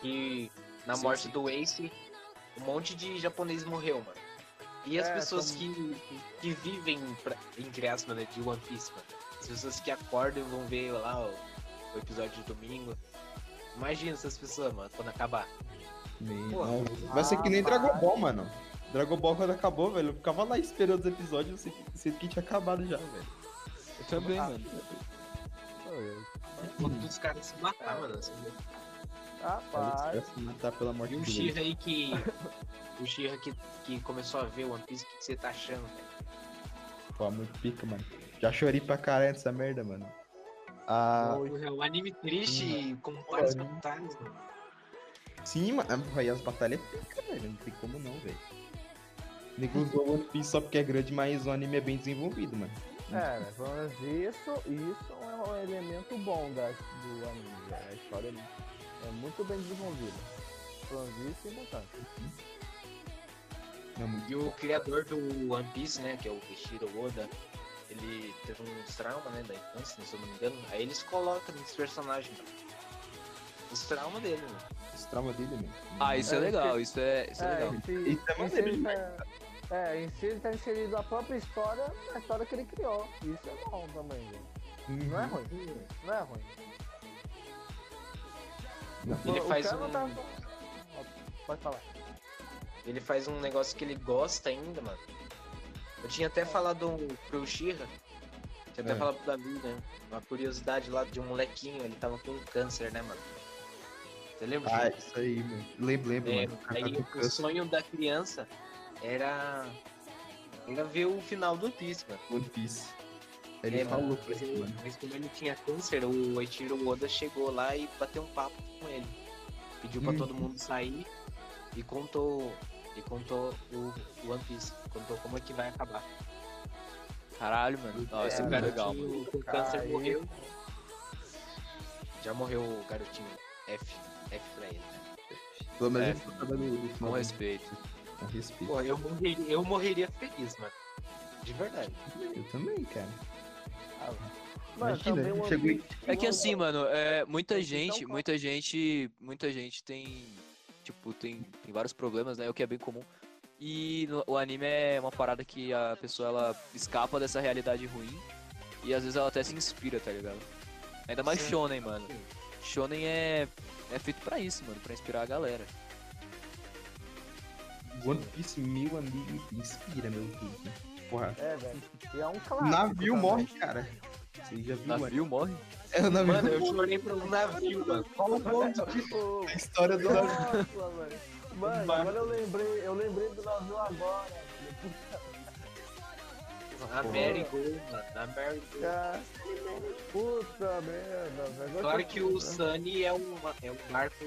[SPEAKER 2] Que na
[SPEAKER 3] Sim,
[SPEAKER 2] morte
[SPEAKER 3] sim.
[SPEAKER 2] do Ace, um monte de japonês morreu, mano. E as
[SPEAKER 4] É,
[SPEAKER 2] pessoas
[SPEAKER 4] são-
[SPEAKER 2] que, que vivem, pra, entre aspas, né, de One Piece, mano. As pessoas que acordam e vão ver lá o, o episódio de domingo. Imagina essas pessoas, mano, quando acabar.
[SPEAKER 1] Nem-
[SPEAKER 2] Pô,
[SPEAKER 1] não, vai ser que nem
[SPEAKER 4] ah,
[SPEAKER 1] Dragon
[SPEAKER 4] vai.
[SPEAKER 1] Ball, mano. Dragon Ball quando acabou, velho, eu ficava lá esperando os episódios, eu sei- sei que tinha acabado já, velho.
[SPEAKER 3] Eu também, mano.
[SPEAKER 2] Quando os caras se matar, mano. assim, né? Tá
[SPEAKER 1] Cara,
[SPEAKER 4] Rapaz.
[SPEAKER 1] eu se matar pela morte
[SPEAKER 3] um
[SPEAKER 2] E o
[SPEAKER 1] do
[SPEAKER 2] Shira aí que. O Shira que, que começou a ver One Piece, o que que você tá achando, velho?
[SPEAKER 1] Levi. Pô, muito pica, mano. Já chorei pra caralho dessa merda, mano. Ah,
[SPEAKER 2] Porra, é um anime triste com vários capitães, mano.
[SPEAKER 1] sim, mano. Ah, Aí as batalhas é pica, velho. Não tem como não, velho. Nego usou One Piece só porque é grande, mas o anime é bem desenvolvido, mano.
[SPEAKER 4] É, né, pelo menos isso, isso é um elemento bom da, do anime. né? A história é muito bem desenvolvida. Pelo menos isso é importante.
[SPEAKER 1] É muito
[SPEAKER 2] E o criador do One Piece, né, que é o Ishiro Oda, ele teve uns traumas, né, da infância, se eu não me engano. Aí eles colocam nesse personagem, mano. Os traumas dele, mano.
[SPEAKER 1] esse trauma dele, mano.
[SPEAKER 3] Ah, isso é
[SPEAKER 4] É,
[SPEAKER 3] legal, isso é, isso é legal.
[SPEAKER 4] em si-
[SPEAKER 1] Isso é
[SPEAKER 4] em si
[SPEAKER 1] maneiro
[SPEAKER 4] ele tá- É, em si ele tá inserido a própria história, a história que ele criou. Isso é bom também. né?
[SPEAKER 1] Uhum.
[SPEAKER 4] Não é ruim, não é ruim.
[SPEAKER 2] Ele
[SPEAKER 4] O
[SPEAKER 2] faz
[SPEAKER 4] cara não
[SPEAKER 2] um-
[SPEAKER 4] tá- Pode falar.
[SPEAKER 2] Ele faz um negócio que ele gosta ainda, mano. Eu tinha até falado pro Shira, tinha até
[SPEAKER 1] É.
[SPEAKER 2] falado pro Davi, né? Uma curiosidade lá de um molequinho, ele tava com câncer, né, mano? Você lembra?
[SPEAKER 1] Ah,
[SPEAKER 2] Shira?
[SPEAKER 1] isso aí, mano. Lembro, lembro,
[SPEAKER 2] É,
[SPEAKER 1] mano. O cara tá
[SPEAKER 2] aí
[SPEAKER 1] com
[SPEAKER 2] o
[SPEAKER 1] câncer.
[SPEAKER 2] sonho da criança era. Era ver o final do One Piece, mano.
[SPEAKER 1] One Piece. Ele
[SPEAKER 2] É,
[SPEAKER 1] falou
[SPEAKER 2] mano,
[SPEAKER 1] pra
[SPEAKER 2] mas,
[SPEAKER 1] ele,
[SPEAKER 2] ele-
[SPEAKER 1] mano.
[SPEAKER 2] mas como ele tinha câncer, o Eiichiro Oda chegou lá e bateu um papo com ele. Pediu pra
[SPEAKER 1] Hum.
[SPEAKER 2] todo mundo sair e contou. E contou o o One Piece. Contou como é que vai acabar.
[SPEAKER 3] Caralho, mano. Ó, isso é
[SPEAKER 2] o
[SPEAKER 3] muito legal, mano.
[SPEAKER 2] garotinho com câncer
[SPEAKER 4] Aí.
[SPEAKER 2] morreu. Já morreu o garotinho F. F pra ele. né?
[SPEAKER 1] Pelo menos
[SPEAKER 3] É.
[SPEAKER 1] ele ficou sabendo do
[SPEAKER 3] Com
[SPEAKER 1] final.
[SPEAKER 3] respeito.
[SPEAKER 1] Com respeito.
[SPEAKER 2] Pô, eu morreria, eu morreria feliz, mano. De verdade.
[SPEAKER 1] Eu também, cara.
[SPEAKER 4] Mano,
[SPEAKER 1] Imagina,
[SPEAKER 4] também um o One
[SPEAKER 1] chegou em-
[SPEAKER 4] Piece-
[SPEAKER 3] É que assim, mano, é, muita
[SPEAKER 4] Tem que dar um
[SPEAKER 3] gente,
[SPEAKER 4] copo.
[SPEAKER 3] muita gente, muita gente tem, tipo, tem, tem vários problemas, né? O que é bem comum. E no- o anime é uma parada que a pessoa, ela escapa dessa realidade ruim e às vezes ela até se inspira, tá ligado? Ainda mais
[SPEAKER 2] Sim.
[SPEAKER 3] shonen, mano. Shonen é, é feito pra isso, mano, pra inspirar a galera.
[SPEAKER 1] One Piece, meu amigo, inspira, meu Deus. Porra.
[SPEAKER 4] É, velho. E é um clássico.
[SPEAKER 1] Navio
[SPEAKER 4] também.
[SPEAKER 1] morre, cara. Você já viu, mano?
[SPEAKER 3] Navio morre.
[SPEAKER 1] É o navio.
[SPEAKER 2] Mano, eu chorei pra um navio, mano.
[SPEAKER 4] Qual
[SPEAKER 1] Tá
[SPEAKER 4] o ponto? Ô,
[SPEAKER 1] A história do navio.
[SPEAKER 4] Tipo, Nossa, mano. Mano, agora eu lembrei, eu lembrei do navio agora. velho.
[SPEAKER 2] A Mary Gold, mano. A Mary Gold.
[SPEAKER 4] Puta, puta merda, velho.
[SPEAKER 2] Claro que
[SPEAKER 4] então.
[SPEAKER 2] o Sunny é um, é um arco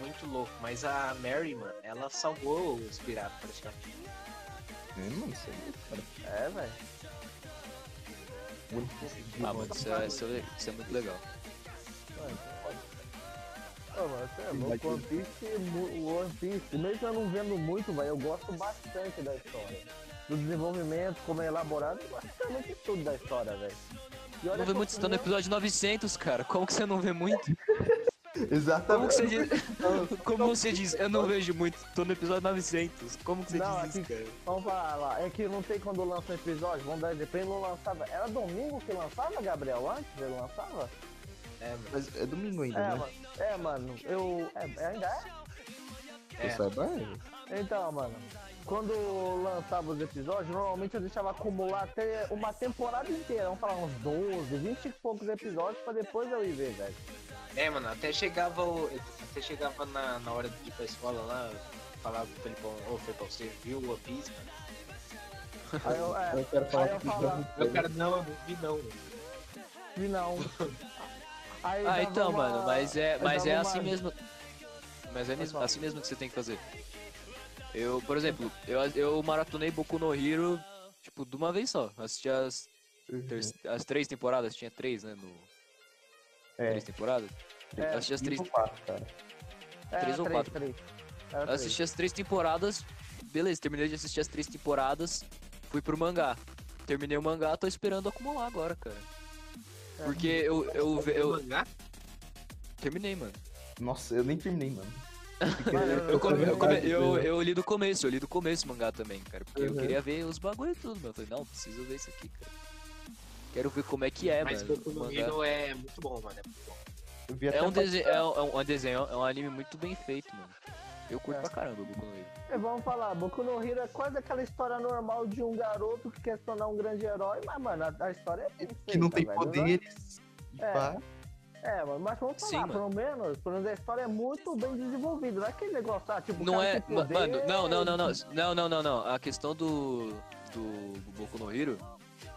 [SPEAKER 2] muito louco, mas a Mary, mano, ela salvou os piratas praticamente.
[SPEAKER 1] É, mano, isso aí é foda.
[SPEAKER 4] É, velho.
[SPEAKER 1] One Piece.
[SPEAKER 3] Ah, mano, isso é, isso é, isso é muito legal.
[SPEAKER 4] Mano, Ô, mano, você é louco. One Piece, mu- o One Piece, mesmo eu não vendo muito, velho, eu gosto bastante da história. Do desenvolvimento, como é elaborado, eu gosto muito de tudo da história, velho. E
[SPEAKER 3] Não vê
[SPEAKER 4] que eu
[SPEAKER 3] muito, você tá no
[SPEAKER 4] não-
[SPEAKER 3] episódio 900, cara. Como que você não vê muito? Como que
[SPEAKER 1] Exatamente.
[SPEAKER 3] você diz? Como você diz? Eu não vejo muito, tô no episódio 900. Como que você
[SPEAKER 4] Não, assim-
[SPEAKER 3] diz isso, cara?
[SPEAKER 4] Vamos falar, é que não sei quando lança o episódio, vamos dar depois não lançava. Era domingo que lançava, Gabriel? Antes ele lançava?
[SPEAKER 2] É, mano.
[SPEAKER 1] Mas é domingo ainda,
[SPEAKER 4] É,
[SPEAKER 1] né?
[SPEAKER 4] mano. É, mano. Eu. É, ainda é?
[SPEAKER 1] Eu saiba, é.
[SPEAKER 4] Então, mano, quando eu lançava os episódios, normalmente eu deixava acumular até uma temporada inteira, vamos falar uns 12, 20 e poucos episódios pra depois eu ir ver, velho.
[SPEAKER 2] É, mano, até chegava, o- até chegava na, na hora de ir pra escola lá, eu falava pro Felipão, ô Felipão, você viu o One Piece, mano?
[SPEAKER 4] Aí eu, é,
[SPEAKER 1] Eu quero
[SPEAKER 4] Aí
[SPEAKER 1] falar
[SPEAKER 4] eu
[SPEAKER 1] que já
[SPEAKER 4] falo-
[SPEAKER 1] não
[SPEAKER 2] Eu,
[SPEAKER 1] foi.
[SPEAKER 2] cara, não, eu não vi não. mano."
[SPEAKER 4] vi não. Aí
[SPEAKER 3] Ah,
[SPEAKER 4] dava
[SPEAKER 3] então,
[SPEAKER 4] uma-
[SPEAKER 3] mano, mas é,
[SPEAKER 4] aí
[SPEAKER 3] mas
[SPEAKER 4] dava
[SPEAKER 3] é
[SPEAKER 4] uma-
[SPEAKER 3] assim mesmo. Mas é mesmo,
[SPEAKER 4] falar.
[SPEAKER 3] assim mesmo que você tem que fazer. Eu, por exemplo, eu, eu maratonei Boku no Hero, tipo, de uma vez só. Assisti as,
[SPEAKER 4] Uhum.
[SPEAKER 3] ter- as três temporadas, tinha três, né? No,
[SPEAKER 1] É.
[SPEAKER 3] Três temporadas?
[SPEAKER 4] É,
[SPEAKER 3] Eu assisti as três,
[SPEAKER 1] Cinco, quatro, cara.
[SPEAKER 4] Era
[SPEAKER 3] três ou quatro.
[SPEAKER 4] É, Três. É Era
[SPEAKER 3] Eu assisti as três temporadas, beleza, terminei de assistir as três temporadas, fui pro mangá. Terminei o mangá, tô esperando acumular agora, cara.
[SPEAKER 4] É.
[SPEAKER 3] Porque eu, eu, eu,
[SPEAKER 2] O mangá?
[SPEAKER 3] terminei, mano.
[SPEAKER 1] Nossa, eu nem terminei, mano.
[SPEAKER 4] Mano, eu-
[SPEAKER 3] Eu, come- eu, come-
[SPEAKER 1] Verdade,
[SPEAKER 3] eu,
[SPEAKER 1] né?
[SPEAKER 3] eu li do começo, eu li do começo o mangá também, cara. Porque eu
[SPEAKER 1] Uhum.
[SPEAKER 3] queria ver os bagulho e tudo, mano. Eu falei, não, preciso ver isso aqui, cara. Quero ver como é que é,
[SPEAKER 2] mas
[SPEAKER 3] mano.
[SPEAKER 2] Boku
[SPEAKER 3] o
[SPEAKER 2] no
[SPEAKER 3] mangá.
[SPEAKER 2] Hero é muito bom, mano. é muito bom.
[SPEAKER 1] Eu vi
[SPEAKER 3] É
[SPEAKER 1] até
[SPEAKER 3] um
[SPEAKER 1] uma-
[SPEAKER 3] desenho, é um, é um- é um desenho, é um anime muito bem feito, mano. Eu curto
[SPEAKER 4] É.
[SPEAKER 3] pra caramba o Boku no Hero.
[SPEAKER 4] E É, vamos falar, Boku no Hero é quase aquela história normal de um garoto que quer se tornar um grande herói, mas, mano, a, a história é bem
[SPEAKER 1] que não
[SPEAKER 4] feita,
[SPEAKER 1] tem
[SPEAKER 4] velho.
[SPEAKER 3] tá
[SPEAKER 1] poderes. e
[SPEAKER 4] É.
[SPEAKER 1] pá.
[SPEAKER 4] É, mano, mas vamos falar,
[SPEAKER 3] Sim, mano.
[SPEAKER 4] pelo menos, pelo menos a história é muito bem desenvolvida. Não é aquele negócio, ah, tipo, o
[SPEAKER 3] Não
[SPEAKER 4] cara
[SPEAKER 3] é.
[SPEAKER 4] tem
[SPEAKER 3] ma-
[SPEAKER 4] poder,
[SPEAKER 3] Mano, não, não, não, não. Não, não, não, não. A questão do. do Boku no Hero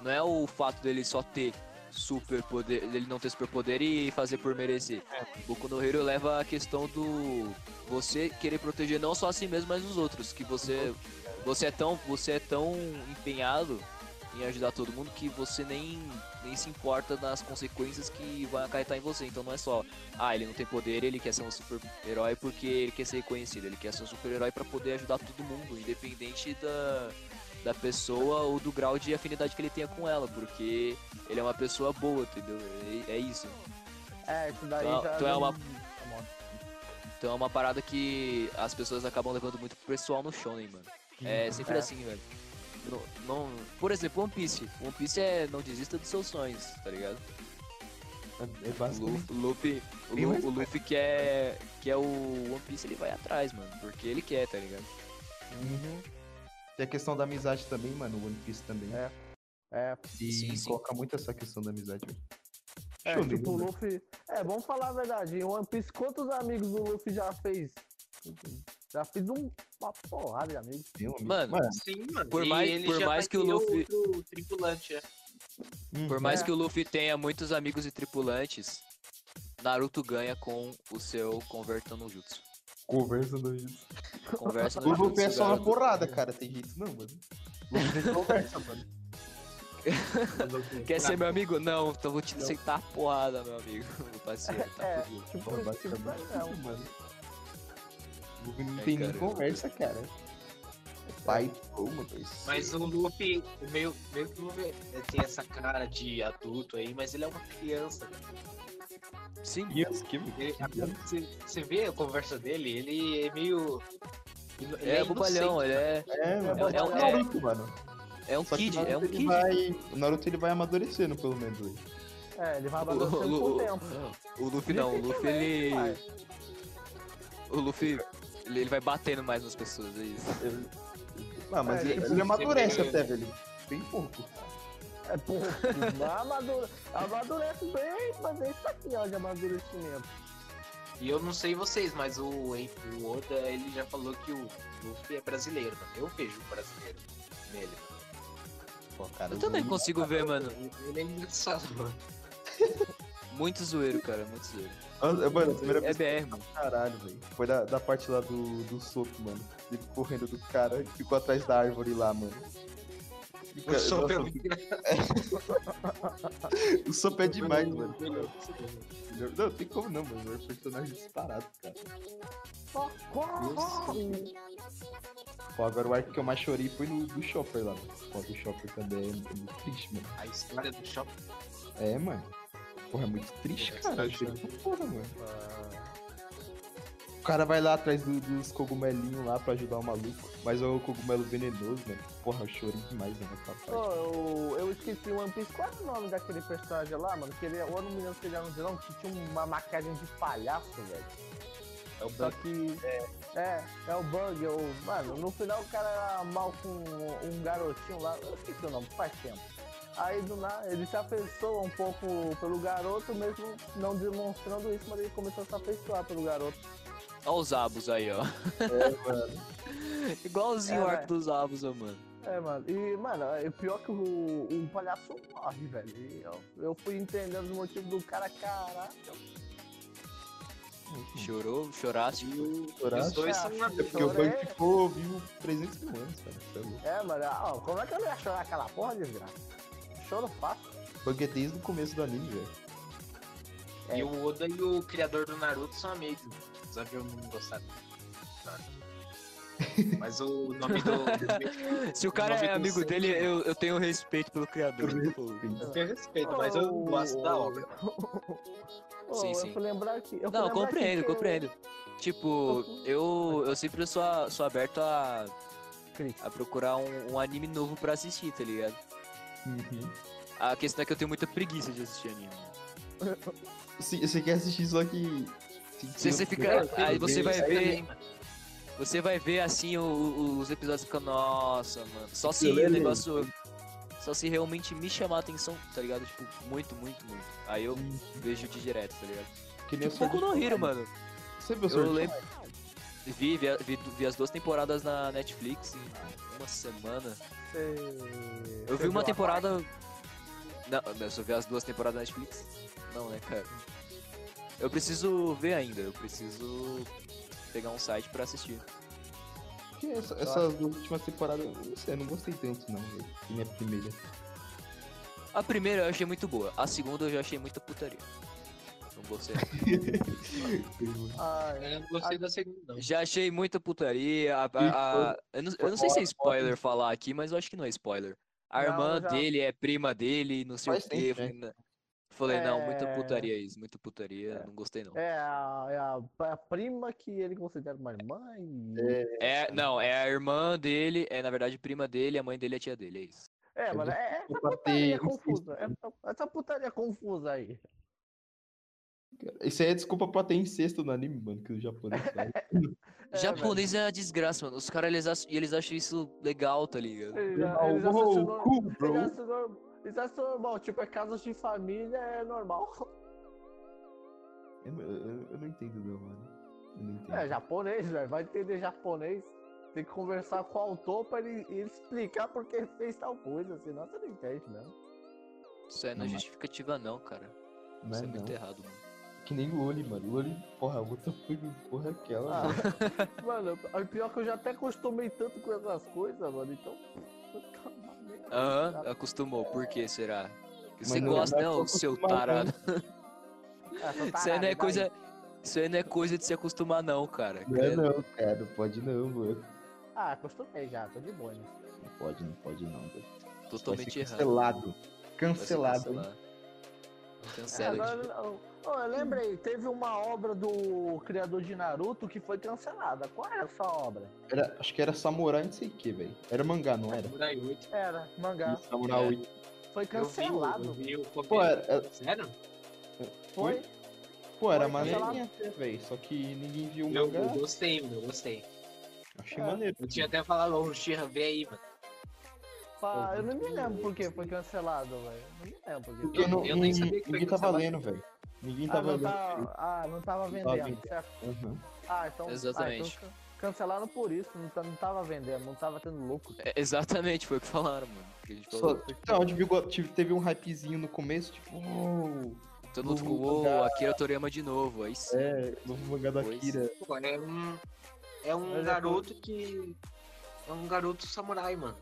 [SPEAKER 3] não é o fato dele só ter superpoder. dele não ter superpoder e fazer por merecer. Boku no Hero leva a questão do. Você querer proteger não só a si mesmo, mas os outros. Que você. Você é tão. Você é tão empenhado em ajudar todo mundo que você nem. Nem se importa nas consequências que vai acarretar em você. Então não é só ah, ele não tem poder, ele quer ser um super-herói porque ele quer ser reconhecido. Ele quer ser um super-herói pra poder ajudar todo mundo, independente da, da pessoa ou do grau de afinidade que ele tenha com ela, porque ele é uma pessoa boa, entendeu? É, é isso.
[SPEAKER 4] É, isso daí
[SPEAKER 3] Então-
[SPEAKER 4] já.
[SPEAKER 3] então é
[SPEAKER 4] não-
[SPEAKER 3] uma-
[SPEAKER 4] Tá bom.
[SPEAKER 3] Então é uma parada que as pessoas acabam levando muito pro pessoal no shonen, mano. É sempre
[SPEAKER 4] É.
[SPEAKER 3] assim, velho. Não, não- por exemplo, One Piece. One Piece é não desista dos seus sonhos, tá ligado?
[SPEAKER 1] É
[SPEAKER 3] O
[SPEAKER 1] basicamente.
[SPEAKER 3] Luffy, o Luffy, o
[SPEAKER 1] Bem
[SPEAKER 3] Lu-
[SPEAKER 1] mais
[SPEAKER 3] o Luffy que, é, que é o One Piece, ele vai atrás, mano. Porque ele quer, tá ligado?
[SPEAKER 1] Uhum. Tem a questão da amizade também, mano, o One Piece também.
[SPEAKER 4] É. É,
[SPEAKER 1] E
[SPEAKER 3] Sim, sim.
[SPEAKER 1] coloca muito essa questão da amizade. mano.
[SPEAKER 4] é
[SPEAKER 1] Deixa eu
[SPEAKER 4] tipo, o
[SPEAKER 1] ver, né?
[SPEAKER 4] Luffy. É, vamos falar a verdade. Em One Piece, quantos amigos o Luffy já fez? Já fiz um, uma porrada de amigos.
[SPEAKER 1] Tem um amigo-
[SPEAKER 3] Mano,
[SPEAKER 2] Sim, mano.
[SPEAKER 3] Por
[SPEAKER 2] e
[SPEAKER 3] mais-
[SPEAKER 2] ele
[SPEAKER 3] por
[SPEAKER 2] já
[SPEAKER 3] mais
[SPEAKER 2] vai
[SPEAKER 3] que o
[SPEAKER 2] ter
[SPEAKER 3] Luffy-
[SPEAKER 2] outro tripulante, é.
[SPEAKER 1] hum,
[SPEAKER 3] Por mais
[SPEAKER 4] É.
[SPEAKER 3] que o Luffy tenha muitos amigos e tripulantes, Naruto ganha com o seu convertendo no jutsu.
[SPEAKER 1] Conversa do jeito.
[SPEAKER 3] Conversa no
[SPEAKER 1] O
[SPEAKER 3] jutsu.
[SPEAKER 1] Luffy é só na
[SPEAKER 3] Naruto.
[SPEAKER 1] porrada, cara. Tem jeito não, mano. Luffy nem conversa, mano.
[SPEAKER 3] Quer ser
[SPEAKER 2] Ah,
[SPEAKER 3] meu amigo? Não, então vou te sentar a porrada, meu amigo. Meu parceiro, tá
[SPEAKER 4] É,
[SPEAKER 3] fudido.
[SPEAKER 4] tipo,
[SPEAKER 1] Porra,
[SPEAKER 4] tipo,
[SPEAKER 1] basicamente
[SPEAKER 4] não.
[SPEAKER 1] isso, mano. O Luffy
[SPEAKER 3] É,
[SPEAKER 1] não tem
[SPEAKER 3] cara,
[SPEAKER 1] nem
[SPEAKER 3] eu-
[SPEAKER 1] conversa, cara. Pai, como, dois.
[SPEAKER 2] Mas o Luffy, o meio, meio que o Luffy é- tem essa cara de adulto aí, mas ele é uma criança. né?
[SPEAKER 3] Sim,
[SPEAKER 1] que,
[SPEAKER 2] Ele- Você você vê a conversa dele, ele é meio. Ele
[SPEAKER 3] é,
[SPEAKER 2] inocente,
[SPEAKER 3] bobalhão,
[SPEAKER 2] né?
[SPEAKER 3] ele é,
[SPEAKER 1] É, mano.
[SPEAKER 3] É- é-
[SPEAKER 1] o
[SPEAKER 3] é-
[SPEAKER 1] Naruto, mano.
[SPEAKER 3] é um
[SPEAKER 1] Só que
[SPEAKER 3] kid,
[SPEAKER 1] o Naruto,
[SPEAKER 3] é um
[SPEAKER 1] ele
[SPEAKER 3] kid.
[SPEAKER 1] vai- O Naruto ele vai amadurecendo, pelo menos. aí.
[SPEAKER 4] É, ele vai
[SPEAKER 3] O-
[SPEAKER 4] amadurecendo com
[SPEAKER 3] o-
[SPEAKER 4] o tempo.
[SPEAKER 3] O Luffy não, o Luffy
[SPEAKER 4] também,
[SPEAKER 3] ele.
[SPEAKER 4] pai.
[SPEAKER 3] O Luffy ele ele vai batendo mais nas pessoas, é isso.
[SPEAKER 1] Ele- Ah, mas
[SPEAKER 4] É,
[SPEAKER 1] ele,
[SPEAKER 4] ele-
[SPEAKER 1] ele amadurece
[SPEAKER 2] ele-
[SPEAKER 1] até, velho. Bem pouco.
[SPEAKER 4] É pouco, mas amadure- amadurece bem, mas é isso aqui, ó, de amadurecimento.
[SPEAKER 2] E eu não sei vocês, mas o, o Oda, ele já falou que o Luffy é brasileiro, mano. Eu vejo o brasileiro nele.
[SPEAKER 1] Pô, cara,
[SPEAKER 3] Eu também consigo ver, mano.
[SPEAKER 2] Ele é engraçado, mano.
[SPEAKER 3] Muito zoeiro, cara, muito zoeiro.
[SPEAKER 1] Mano, mano, a primeira
[SPEAKER 3] É
[SPEAKER 1] vez
[SPEAKER 3] BR, mano.
[SPEAKER 1] caralho, velho. Foi da, da parte lá do, do soco, mano. Ele correndo do cara, ele ficou atrás da árvore lá, mano. E,
[SPEAKER 2] O
[SPEAKER 1] cara,
[SPEAKER 2] Sop é
[SPEAKER 1] nossa,
[SPEAKER 2] muito engraçado.
[SPEAKER 1] o soco é demais,
[SPEAKER 2] Ele-
[SPEAKER 1] mano.
[SPEAKER 2] ele-
[SPEAKER 1] Não, Não, tem como não, mano. Ele é um personagem disparado, cara.
[SPEAKER 4] Só corre!
[SPEAKER 2] Nossa.
[SPEAKER 1] Pô, agora o arco que eu mais chorei foi no do Chopper lá, mano. Pô, do Chopper também é muito triste, mano.
[SPEAKER 2] A história do shopping.
[SPEAKER 1] É, mano. Porra, é muito triste, cara. Eu chorei pra porra, mano. Ah. O cara vai lá atrás do- dos cogumelinhos lá pra ajudar o maluco. Mas é o cogumelo venenoso, mano. Porra, eu chorei demais, né, naquela parte.
[SPEAKER 4] Ô, eu, eu esqueci o One Piece. Qual era o nome daquele personagem lá, mano? Que ele, é, eu não me lembro se ele era um vilão, que tinha uma maquiagem de palhaço, velho.
[SPEAKER 2] É o
[SPEAKER 4] Só
[SPEAKER 2] Bug.
[SPEAKER 4] que. É, é o Bug. Eu, mano, no final o cara era mal com um garotinho lá. Eu esqueci o nome, faz tempo. Aí do nada, ele se afeiçoa um pouco pelo garoto, mesmo não demonstrando isso, mas ele começou a se afeiçoar pelo garoto.
[SPEAKER 3] Olha os abos aí, ó. Igualzinho
[SPEAKER 4] É,
[SPEAKER 3] o
[SPEAKER 4] ué.
[SPEAKER 3] arco dos abos, ó, mano.
[SPEAKER 4] É, mano. E, mano, é pior que o, o palhaço morre, velho. E eu, eu fui entendendo os motivos do cara, caraca.
[SPEAKER 3] Chorou, choraste.
[SPEAKER 2] Os
[SPEAKER 1] Chorar,
[SPEAKER 2] dois
[SPEAKER 4] Ah,
[SPEAKER 2] são amigos.
[SPEAKER 1] É Porque o
[SPEAKER 4] Chorei.
[SPEAKER 1] Bug ficou vivo 300 mil anos, cara. Isso é louco.
[SPEAKER 4] É, mano, ó, como é que eu não ia chorar aquela porra, desgraça? Choro fácil.
[SPEAKER 1] O Bug é desde o começo do anime, velho.
[SPEAKER 4] É.
[SPEAKER 2] E o Oda e o criador do Naruto são amigos. Apesar de eu não gostar do Naruto. Mas o nome do.
[SPEAKER 3] Se o cara
[SPEAKER 2] Nove
[SPEAKER 3] é amigo
[SPEAKER 2] conceitos.
[SPEAKER 3] dele, eu, eu tenho respeito pelo criador.
[SPEAKER 2] Eu tenho respeito, mas eu não gosto da obra.
[SPEAKER 4] Pô,
[SPEAKER 3] Sim,
[SPEAKER 4] eu
[SPEAKER 3] sim.
[SPEAKER 4] fui lembrar que. Eu fui
[SPEAKER 3] Não,
[SPEAKER 4] lembrar
[SPEAKER 3] compreendo,
[SPEAKER 4] que-
[SPEAKER 3] compreendo. Tipo, eu, eu sempre sou, a- sou aberto a,
[SPEAKER 4] Crítica.
[SPEAKER 3] a procurar um, um anime novo pra assistir, tá ligado?
[SPEAKER 1] Uhum.
[SPEAKER 3] A questão é que eu tenho muita preguiça de assistir anime.
[SPEAKER 1] Se- Você quer assistir só que. se- se-
[SPEAKER 3] Você- você fica-
[SPEAKER 1] se-
[SPEAKER 3] aí você vai
[SPEAKER 2] Isso
[SPEAKER 3] ver-
[SPEAKER 2] também, mano.
[SPEAKER 3] Você vai ver assim o- o- os episódios e fica, nossa, mano. Só se
[SPEAKER 1] Eu
[SPEAKER 3] o
[SPEAKER 1] lembro.
[SPEAKER 3] negócio. Só se realmente me chamar a atenção, tá ligado? Tipo, muito, muito, muito. Aí eu vejo de direto, tá ligado?
[SPEAKER 1] Que nem o
[SPEAKER 3] Tipo, pouco no Hero, mano.
[SPEAKER 1] Você viu o
[SPEAKER 3] Eu
[SPEAKER 1] Sword
[SPEAKER 3] lembro. Vi, vi, vi, vi as duas temporadas na Netflix em uma semana.
[SPEAKER 4] Você-
[SPEAKER 3] Eu
[SPEAKER 4] você
[SPEAKER 3] vi uma
[SPEAKER 4] viu a
[SPEAKER 3] temporada. Não, não, eu só vi as duas temporadas da Netflix. Não, né, cara? Eu preciso ver ainda, eu preciso pegar um site pra assistir.
[SPEAKER 1] Que essa- essas duas últimas temporadas, eu não sei, eu não gostei tanto, não, velho. Que minha primeira.
[SPEAKER 3] A primeira eu achei muito boa, a segunda eu já achei muita putaria. Não gostei. não.
[SPEAKER 4] parte? Ah, é.
[SPEAKER 2] Eu não gostei da segunda, não.
[SPEAKER 3] Já achei muita putaria. A, a- a- eu, não, eu não sei se é spoiler falar aqui, mas eu acho que não é spoiler. A
[SPEAKER 4] Não,
[SPEAKER 3] irmã
[SPEAKER 4] já-
[SPEAKER 3] dele é prima dele, não sei
[SPEAKER 1] Faz
[SPEAKER 3] o quê. eu
[SPEAKER 1] tempo, né?
[SPEAKER 3] Falei, "Não." Falei, não, muita
[SPEAKER 4] É.
[SPEAKER 3] putaria isso, muita putaria, não gostei não.
[SPEAKER 4] É a, é a- a prima que ele considera uma irmã e.
[SPEAKER 3] É, não, é a irmã dele, é na verdade prima dele, a mãe dele é tia dele, é isso.
[SPEAKER 4] É,
[SPEAKER 1] Eu
[SPEAKER 4] mano, é essa
[SPEAKER 1] vou
[SPEAKER 4] putaria
[SPEAKER 1] bater um
[SPEAKER 4] confusa. é,
[SPEAKER 1] fist,
[SPEAKER 4] Essa, essa putaria confusa aí.
[SPEAKER 1] Isso aí é desculpa pra ter incesto no anime, mano, que o japonês faz.
[SPEAKER 4] É,
[SPEAKER 3] Japonês é uma desgraça, mano. Os caras, eles, ach- e eles acham isso legal, tá ligado?
[SPEAKER 4] Eles,
[SPEAKER 1] Normal, wow,
[SPEAKER 4] assassinou-
[SPEAKER 1] cool,
[SPEAKER 4] eles
[SPEAKER 1] bro.
[SPEAKER 4] acham normal. Eles acham normal, tipo, é casas de família, é normal.
[SPEAKER 1] Eu, não- eu- eu não entendo, não, mano. Eu não entendo.
[SPEAKER 4] É japonês, velho. Vai entender japonês. Tem que conversar com o autor pra ele, ele explicar porque ele fez tal coisa, senão você não entende mesmo.
[SPEAKER 3] Isso aí não é
[SPEAKER 1] Não, mas-
[SPEAKER 3] justificativa, não, cara.
[SPEAKER 1] Não é,
[SPEAKER 3] Isso é muito
[SPEAKER 1] não.
[SPEAKER 3] errado, mano.
[SPEAKER 1] Que nem o Oli, mano. O Oli, porra, outra porra é aquela.
[SPEAKER 4] Ah,
[SPEAKER 1] mano.
[SPEAKER 4] mano, o pior é que eu já até acostumei tanto com essas coisas, mano, então. puta merda.
[SPEAKER 3] Aham, acostumou. Por que será? Que você
[SPEAKER 1] Mas não,
[SPEAKER 3] gosta,
[SPEAKER 1] mas
[SPEAKER 3] não,
[SPEAKER 1] tô
[SPEAKER 3] seu
[SPEAKER 1] acostumado,
[SPEAKER 3] tarado.
[SPEAKER 4] Ah, seu
[SPEAKER 3] Isso aí não é
[SPEAKER 4] tarado,
[SPEAKER 3] coisa. Isso aí não é coisa de se acostumar, não, cara.
[SPEAKER 1] Não é
[SPEAKER 3] Credo.
[SPEAKER 1] não, cara. Pode não, mano.
[SPEAKER 4] vai. Ah, acostumei já, tô de boa. né?
[SPEAKER 1] Não pode, não pode não, velho. Vai
[SPEAKER 3] Totalmente
[SPEAKER 1] ser
[SPEAKER 3] errado.
[SPEAKER 1] cancelado. Cancelado. hein?
[SPEAKER 4] É,
[SPEAKER 3] Cancela.
[SPEAKER 4] agora, não. Ô, eu lembrei, teve uma obra do criador de Naruto que foi cancelada. Qual era essa obra?
[SPEAKER 1] Era, acho que era Samurai não sei o que, velho. Era mangá, não era?
[SPEAKER 2] Samurai 8.
[SPEAKER 4] Era, mangá.
[SPEAKER 1] Isso, Samurai
[SPEAKER 3] É.
[SPEAKER 1] 8.
[SPEAKER 4] Foi
[SPEAKER 2] Eu
[SPEAKER 4] cancelado.
[SPEAKER 2] vi, eu vi o
[SPEAKER 1] Pô, é, era,
[SPEAKER 2] começo.
[SPEAKER 1] era-
[SPEAKER 2] Sério?
[SPEAKER 4] Foi?
[SPEAKER 1] pô, era
[SPEAKER 4] Foi cancelado.
[SPEAKER 1] maneirinha até, velho. Só que ninguém viu o
[SPEAKER 2] Eu, eu
[SPEAKER 1] mangá.
[SPEAKER 2] gostei, mano, eu gostei.
[SPEAKER 1] Achei maneiro.
[SPEAKER 2] Eu tinha até falado, ô, Xirra, vem aí, mano.
[SPEAKER 4] Pá, eu não me lembro por que foi cancelado, velho. Não me lembro por que.
[SPEAKER 1] Porque não,
[SPEAKER 2] eu nem
[SPEAKER 1] não-
[SPEAKER 2] sabia que foi
[SPEAKER 1] ninguém tava
[SPEAKER 2] cancelado.
[SPEAKER 1] lendo, velho. Ninguém tá
[SPEAKER 4] Ah,
[SPEAKER 1] tava
[SPEAKER 4] não
[SPEAKER 1] lendo.
[SPEAKER 4] tava, ah, não tava vendendo,
[SPEAKER 1] vendendo.
[SPEAKER 4] certo?
[SPEAKER 1] Uhum.
[SPEAKER 4] Ah, então.
[SPEAKER 3] Exatamente.
[SPEAKER 4] ah, então can- cancelaram por isso, não, tá- não tava vendendo, não tava tendo lucro.
[SPEAKER 3] É, exatamente, foi o que falaram, mano. Que a gente
[SPEAKER 1] Só,
[SPEAKER 3] falou.
[SPEAKER 1] não, tipo, igual- tive- teve um hypezinho no começo, tipo, uou,
[SPEAKER 3] Todo mundo ficou,
[SPEAKER 1] Uhum,
[SPEAKER 3] uou,
[SPEAKER 1] cara.
[SPEAKER 3] Akira Toriyama de novo. Aí sim.
[SPEAKER 1] é, novo mangá da
[SPEAKER 3] Pois.
[SPEAKER 1] Akira.
[SPEAKER 2] Pô, é um, é um
[SPEAKER 4] Mas é
[SPEAKER 2] garoto que. É um garoto samurai, mano.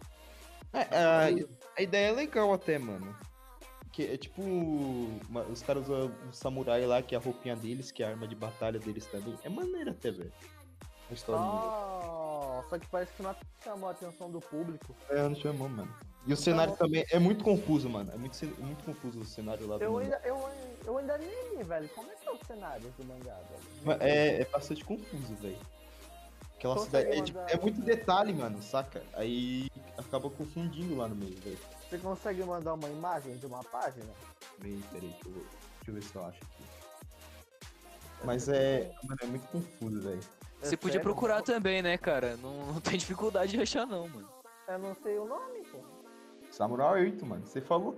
[SPEAKER 1] É, a, a ideia é legal até, mano. Que é tipo, uma- os caras usam o samurai lá, que é a roupinha deles, que é a arma de batalha deles também. É maneiro até, velho. A história.
[SPEAKER 4] Só, só que parece que não chamou a atenção do público.
[SPEAKER 1] É, não chamou, mano. E o cenário
[SPEAKER 4] Então,
[SPEAKER 1] também é muito confuso, mano. É muito, ce- muito confuso o cenário lá do
[SPEAKER 4] Eu
[SPEAKER 1] mangá.
[SPEAKER 4] ainda, eu, eu ainda nem li, velho. Como é que é o cenário do mangá, velho?
[SPEAKER 1] Ma- É, é bastante confuso, velho. Aquela
[SPEAKER 4] Consegue
[SPEAKER 1] cidade. É, tipo,
[SPEAKER 4] mandar-
[SPEAKER 1] é muito detalhe, mano, saca? Aí acaba confundindo lá no meio, velho.
[SPEAKER 4] Você consegue mandar uma imagem de uma página?
[SPEAKER 1] Meio, peraí, que eu vou- deixa eu ver se eu acho aqui. Mas é. Mano, é muito confuso, velho.
[SPEAKER 4] É
[SPEAKER 3] Você podia
[SPEAKER 4] sério?
[SPEAKER 3] procurar também, né, cara? Não, não tem dificuldade de achar, não, mano.
[SPEAKER 4] Eu não sei o nome, pô.
[SPEAKER 1] Samurai 8, mano. Você falou.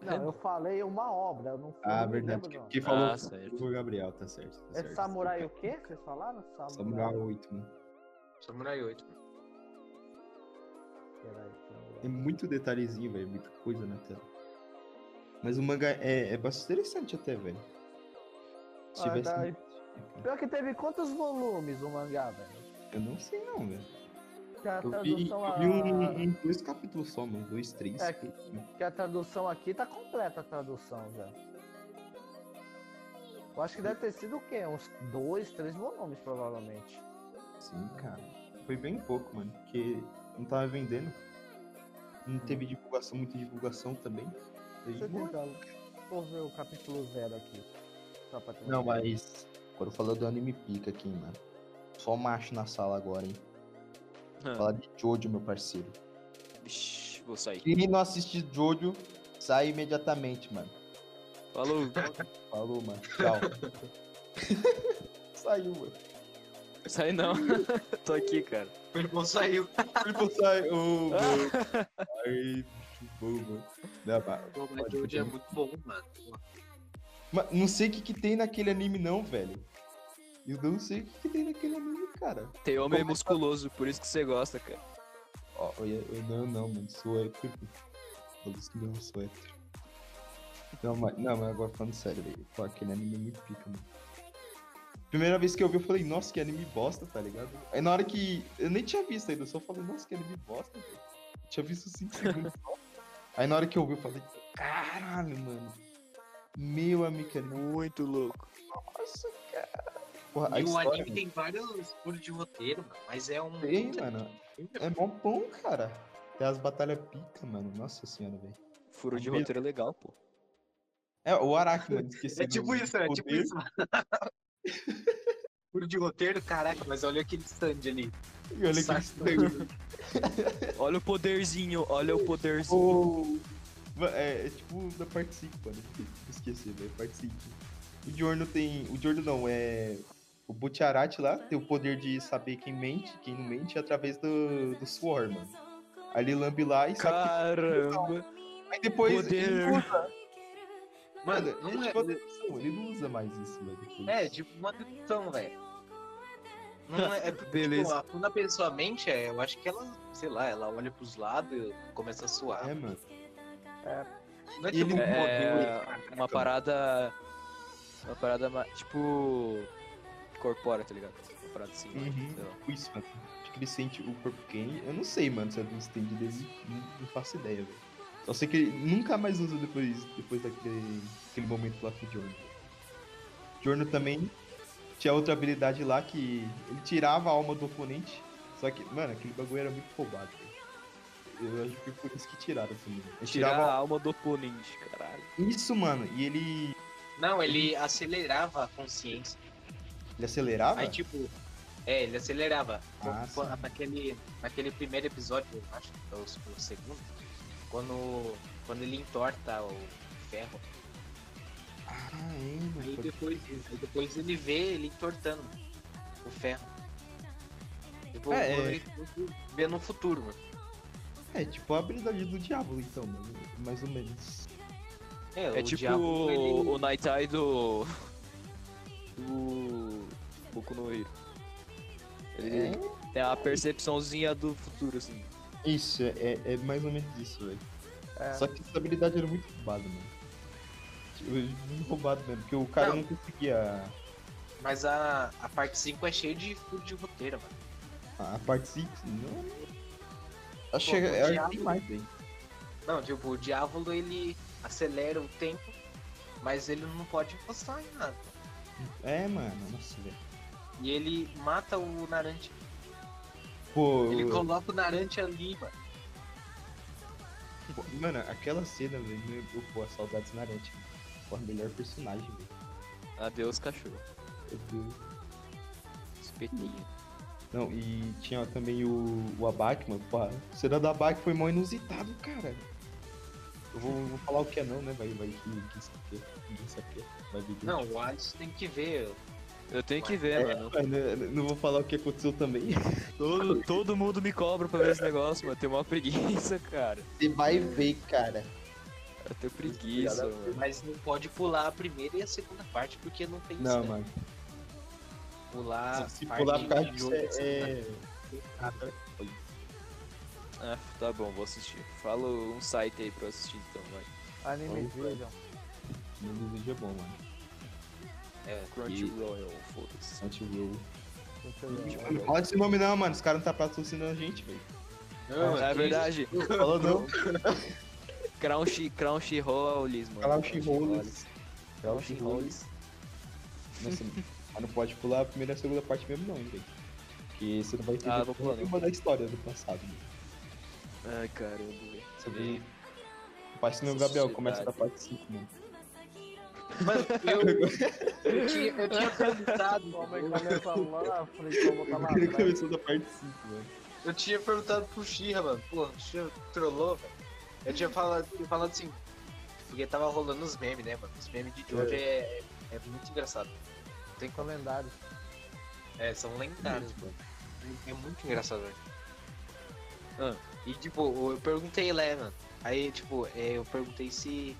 [SPEAKER 4] Não,
[SPEAKER 3] É.
[SPEAKER 4] eu falei uma obra, eu não fui.
[SPEAKER 1] Ah,
[SPEAKER 4] não
[SPEAKER 1] verdade.
[SPEAKER 4] lembro,
[SPEAKER 1] Quem
[SPEAKER 4] não.
[SPEAKER 1] quem falou
[SPEAKER 3] Ah, certo.
[SPEAKER 1] foi o Gabriel, tá certo. tá
[SPEAKER 4] É
[SPEAKER 1] certo.
[SPEAKER 4] samurai o quê? Vocês falaram?
[SPEAKER 1] Samurai 8, mano.
[SPEAKER 2] Samurai 8. mano.
[SPEAKER 4] Peraí, um
[SPEAKER 1] É muito detalhezinho, velho. Muita coisa na tela. Mas o mangá é, é bastante interessante até, velho. Se
[SPEAKER 4] Ah,
[SPEAKER 1] tivesse. né?
[SPEAKER 4] daí- Pior que teve quantos volumes o mangá, velho?
[SPEAKER 1] Eu não sei não, velho.
[SPEAKER 4] Que a
[SPEAKER 1] Eu vi,
[SPEAKER 4] tradução
[SPEAKER 1] eu
[SPEAKER 4] a-
[SPEAKER 1] vi um, um- dois capítulos só, mano. Dois, três.
[SPEAKER 4] É, que- que a tradução aqui tá completa a tradução já. Eu acho que deve ter sido o quê? Uns dois, três volumes, provavelmente.
[SPEAKER 1] Sim, cara. Foi bem pouco, mano. Porque não tava vendendo. Não teve divulgação, muita divulgação também. Daí,
[SPEAKER 4] Você
[SPEAKER 1] boa.
[SPEAKER 4] tenta Vou ver o capítulo zero aqui. Só pra ter uma
[SPEAKER 1] Não,
[SPEAKER 4] ideia.
[SPEAKER 1] mas. Quando falou do anime pica aqui, mano. Só macho na sala agora, hein?
[SPEAKER 3] Ah,
[SPEAKER 1] Falar de Jojo, meu parceiro.
[SPEAKER 3] vixi, vou sair.
[SPEAKER 1] Quem não assiste Jojo, sai imediatamente, mano.
[SPEAKER 3] Falou.
[SPEAKER 1] Falou, mano. Tchau. Saiu, mano.
[SPEAKER 3] Sai não. Tô aqui, cara.
[SPEAKER 2] Meu irmão saiu.
[SPEAKER 1] Tipo, sai. Ô, meu. Ai, bicho bom, mano. Não, mas-
[SPEAKER 2] Pô, mas hoje é muito bom, mano.
[SPEAKER 1] Mas não sei o que, que tem naquele anime, não, velho. Eu não sei o que, que tem naquele anime, cara.
[SPEAKER 3] Tem homem
[SPEAKER 1] Como é
[SPEAKER 3] musculoso, por isso que você gosta, cara.
[SPEAKER 1] Ó, eu, ia- eu não, não, mano. Sou hétero. Eu disse que não sou hétero. um Não, mas, não, mas agora falando sério, velho. Pô, aquele anime é muito pica, mano. Primeira vez que eu vi, eu falei, nossa, que anime bosta, tá ligado? Aí na hora que. Eu nem tinha visto ainda, eu só falei, nossa, que anime bosta, velho. Tinha visto 5 segundos só. Aí na hora que eu vi, eu falei, caralho, mano. Meu amigo, que anime.
[SPEAKER 3] Muito louco.
[SPEAKER 1] Nossa, cara. Porra, a
[SPEAKER 2] E o
[SPEAKER 1] história, né?
[SPEAKER 2] anime tem vários furos de roteiro, mano. Mas é um.
[SPEAKER 1] Tem,
[SPEAKER 2] puta
[SPEAKER 1] mano.
[SPEAKER 2] anime,
[SPEAKER 1] É mó bom, cara. Tem as batalhas pica, mano. Nossa senhora, velho.
[SPEAKER 3] Furo de
[SPEAKER 1] Meu.
[SPEAKER 3] roteiro é legal, pô.
[SPEAKER 1] É, o Araki, mano, esqueci.
[SPEAKER 2] É tipo isso, é tipo isso, mano. Furo de roteiro, caraca, mas olha aquele stand ali.
[SPEAKER 1] E olha
[SPEAKER 2] Saco.
[SPEAKER 1] que
[SPEAKER 3] Olha o poderzinho, olha o poderzinho.
[SPEAKER 1] oh. é, é tipo da parte 5, mano. Esqueci, velho. Parte 5. O Diorno tem. O Diorno não, é. O Butcharat lá tem o poder de saber quem mente, quem não mente, através do, do suor, mano. Aí ele lambe lá e sabe.
[SPEAKER 3] Caramba!
[SPEAKER 1] que- Aí depois ele
[SPEAKER 3] poder.
[SPEAKER 1] não usa. Mano,
[SPEAKER 2] Mano, não
[SPEAKER 1] é
[SPEAKER 2] é-
[SPEAKER 1] tipo adaptação, ele não usa mais isso, mano.
[SPEAKER 2] É, tipo, uma dedução, velho. Não é, é porque,
[SPEAKER 3] Beleza.
[SPEAKER 2] tipo, a- quando a pessoa mente, é, eu acho que ela, sei lá, ela olha pros lados e começa a suar.
[SPEAKER 1] É, mano.
[SPEAKER 2] não é
[SPEAKER 1] ele-
[SPEAKER 2] tipo um
[SPEAKER 3] É,
[SPEAKER 2] poder, caraca,
[SPEAKER 3] uma parada. Uma parada ma- tipo. corpórea, tá ligado? Uma parada assim.
[SPEAKER 1] Uhum.
[SPEAKER 3] sei lá.
[SPEAKER 1] Tipo Isso, mano. Acho que ele sente o corpo quente. Eu não sei, mano, se é do stand dele. Não, não faço ideia, velho. Só sei que ele nunca mais usa depois, depois daquele aquele momento lá com o Jorno. Jorno também tinha outra habilidade lá que ele tirava a alma do oponente. Só que, mano, aquele bagulho era muito roubado, velho. Eu acho que foi por isso que tiraram também. Ele
[SPEAKER 3] Tirar a
[SPEAKER 1] tirava
[SPEAKER 3] alma do oponente, caralho.
[SPEAKER 1] isso, mano, e ele,
[SPEAKER 2] Não, ele acelerava a consciência.
[SPEAKER 1] ele acelerava.
[SPEAKER 2] Aí, tipo, é, ele acelerava.
[SPEAKER 1] Ah,
[SPEAKER 2] Qu-
[SPEAKER 1] sim.
[SPEAKER 2] naquele, naquele primeiro episódio, eu acho que é o, o segundo, quando, quando ele entorta o ferro.
[SPEAKER 1] Ah, é, mano,
[SPEAKER 2] Aí
[SPEAKER 1] pode-
[SPEAKER 2] depois, aí depois ele vê ele entortando o ferro. Tipo,
[SPEAKER 1] É,
[SPEAKER 2] quando
[SPEAKER 1] é.
[SPEAKER 2] ele vê no futuro, mano.
[SPEAKER 1] É, tipo a habilidade do diabo, então, mano. Mais ou menos.
[SPEAKER 3] É
[SPEAKER 2] o
[SPEAKER 3] tipo
[SPEAKER 2] diabo, ele-
[SPEAKER 3] o Nighteye do. do. Boku no Hero.
[SPEAKER 2] É,
[SPEAKER 3] Ele tem a percepçãozinha do futuro, assim.
[SPEAKER 1] Isso, é, é mais ou menos isso, velho.
[SPEAKER 4] É.
[SPEAKER 1] Só que essa habilidade era muito roubada, mano. Tipo, Muito roubado mesmo, porque o cara não,
[SPEAKER 2] Não.
[SPEAKER 1] conseguia.
[SPEAKER 2] Mas a, a parte 5 é cheia de furo de roteiro, mano.
[SPEAKER 1] A, a parte 5, não. Acho
[SPEAKER 2] Pô,
[SPEAKER 1] que
[SPEAKER 2] o
[SPEAKER 1] é- acho que
[SPEAKER 2] diabo-
[SPEAKER 1] tem mais, velho.
[SPEAKER 2] Não, tipo, o diabo ele acelera o tempo, mas ele não pode encostar em nada.
[SPEAKER 1] É, mano, nossa, velho.
[SPEAKER 2] E ele mata o Narante.
[SPEAKER 1] Pô,
[SPEAKER 2] Ele coloca o Narante ali, mano.
[SPEAKER 1] pô, mano, aquela cena, velho, me lembrou, pô, saudades na Arante, mano. Pô, melhor personagem, velho.
[SPEAKER 3] Adeus, cachorro.
[SPEAKER 1] Meu Deus.
[SPEAKER 3] Espetinho.
[SPEAKER 1] Não, e tinha também o, o Abac, mano. Pô, a cena do Abac foi mó inusitado, cara. Eu vou, vou falar o que é não, né? Vai, vai que, que isso aqui é- ninguém sabe. Vai ver.
[SPEAKER 2] Não, o Alisson tem que ver.
[SPEAKER 3] Eu tenho que ver, mano.
[SPEAKER 1] Mano, eu né? não vou falar o que aconteceu também.
[SPEAKER 3] Todo, todo mundo me cobra pra ver esse negócio, mano. Eu tenho uma preguiça, cara.
[SPEAKER 1] Você vai ver, cara.
[SPEAKER 3] Eu tenho preguiça, mano.
[SPEAKER 2] Mas não pode pular a primeira e a segunda parte, porque não tem
[SPEAKER 1] Não,
[SPEAKER 2] isso, né?
[SPEAKER 1] mano.
[SPEAKER 2] Pular
[SPEAKER 1] Se
[SPEAKER 2] parte
[SPEAKER 1] pular por causa
[SPEAKER 2] Ah, de
[SPEAKER 1] disso
[SPEAKER 2] jogo, assim,
[SPEAKER 1] é.
[SPEAKER 3] Ah, tá bom, vou assistir. Fala um site aí pra eu assistir então, vai.
[SPEAKER 4] Anime
[SPEAKER 1] Vamos ver.
[SPEAKER 4] Vision.
[SPEAKER 1] Meu desejo é bom, mano.
[SPEAKER 2] É,
[SPEAKER 3] Crunchyroll, foda-se.
[SPEAKER 1] Anti-roll.
[SPEAKER 4] Deixa eu ver.
[SPEAKER 1] Não fala desse nome não, mano. Os caras não tá patrocinando a gente, velho.
[SPEAKER 2] Não,
[SPEAKER 3] É
[SPEAKER 2] que
[SPEAKER 3] verdade,
[SPEAKER 1] Falou não.
[SPEAKER 3] Crunchy, Crunchyroll, mano.
[SPEAKER 1] Crunchyroll.
[SPEAKER 3] Crunchyroll.
[SPEAKER 1] Nossa, mas não pode pular a primeira e a segunda parte mesmo não, hein, velho. Porque você não vai entender
[SPEAKER 3] Ah, vou pular,
[SPEAKER 1] nenhuma da história do passado, né? mano.
[SPEAKER 3] Ai, caramba, velho.
[SPEAKER 1] Sobre. Passe no Gabriel, começa da parte né? 5, mano.
[SPEAKER 2] isso. Mano, eu, eu tinha, eu tinha perguntado.
[SPEAKER 4] Como é que começa lá na frente, como tá lá
[SPEAKER 1] Ele
[SPEAKER 4] atrás.
[SPEAKER 1] começou da parte né? 5, mano.
[SPEAKER 2] Eu tinha perguntado pro Xirra, mano. Pô, o Xirra trollou, velho. Eu tinha falado, tinha falado assim. Porque tava rolando os memes, né, mano? Os memes de George é, é muito engraçado. Tem como...
[SPEAKER 4] Comentário.
[SPEAKER 2] É, são lendários,
[SPEAKER 1] Tipo,
[SPEAKER 2] mano. É muito engraçado, velho. Ah, e tipo, eu perguntei lá, né, mano. Aí, tipo, é, eu perguntei se,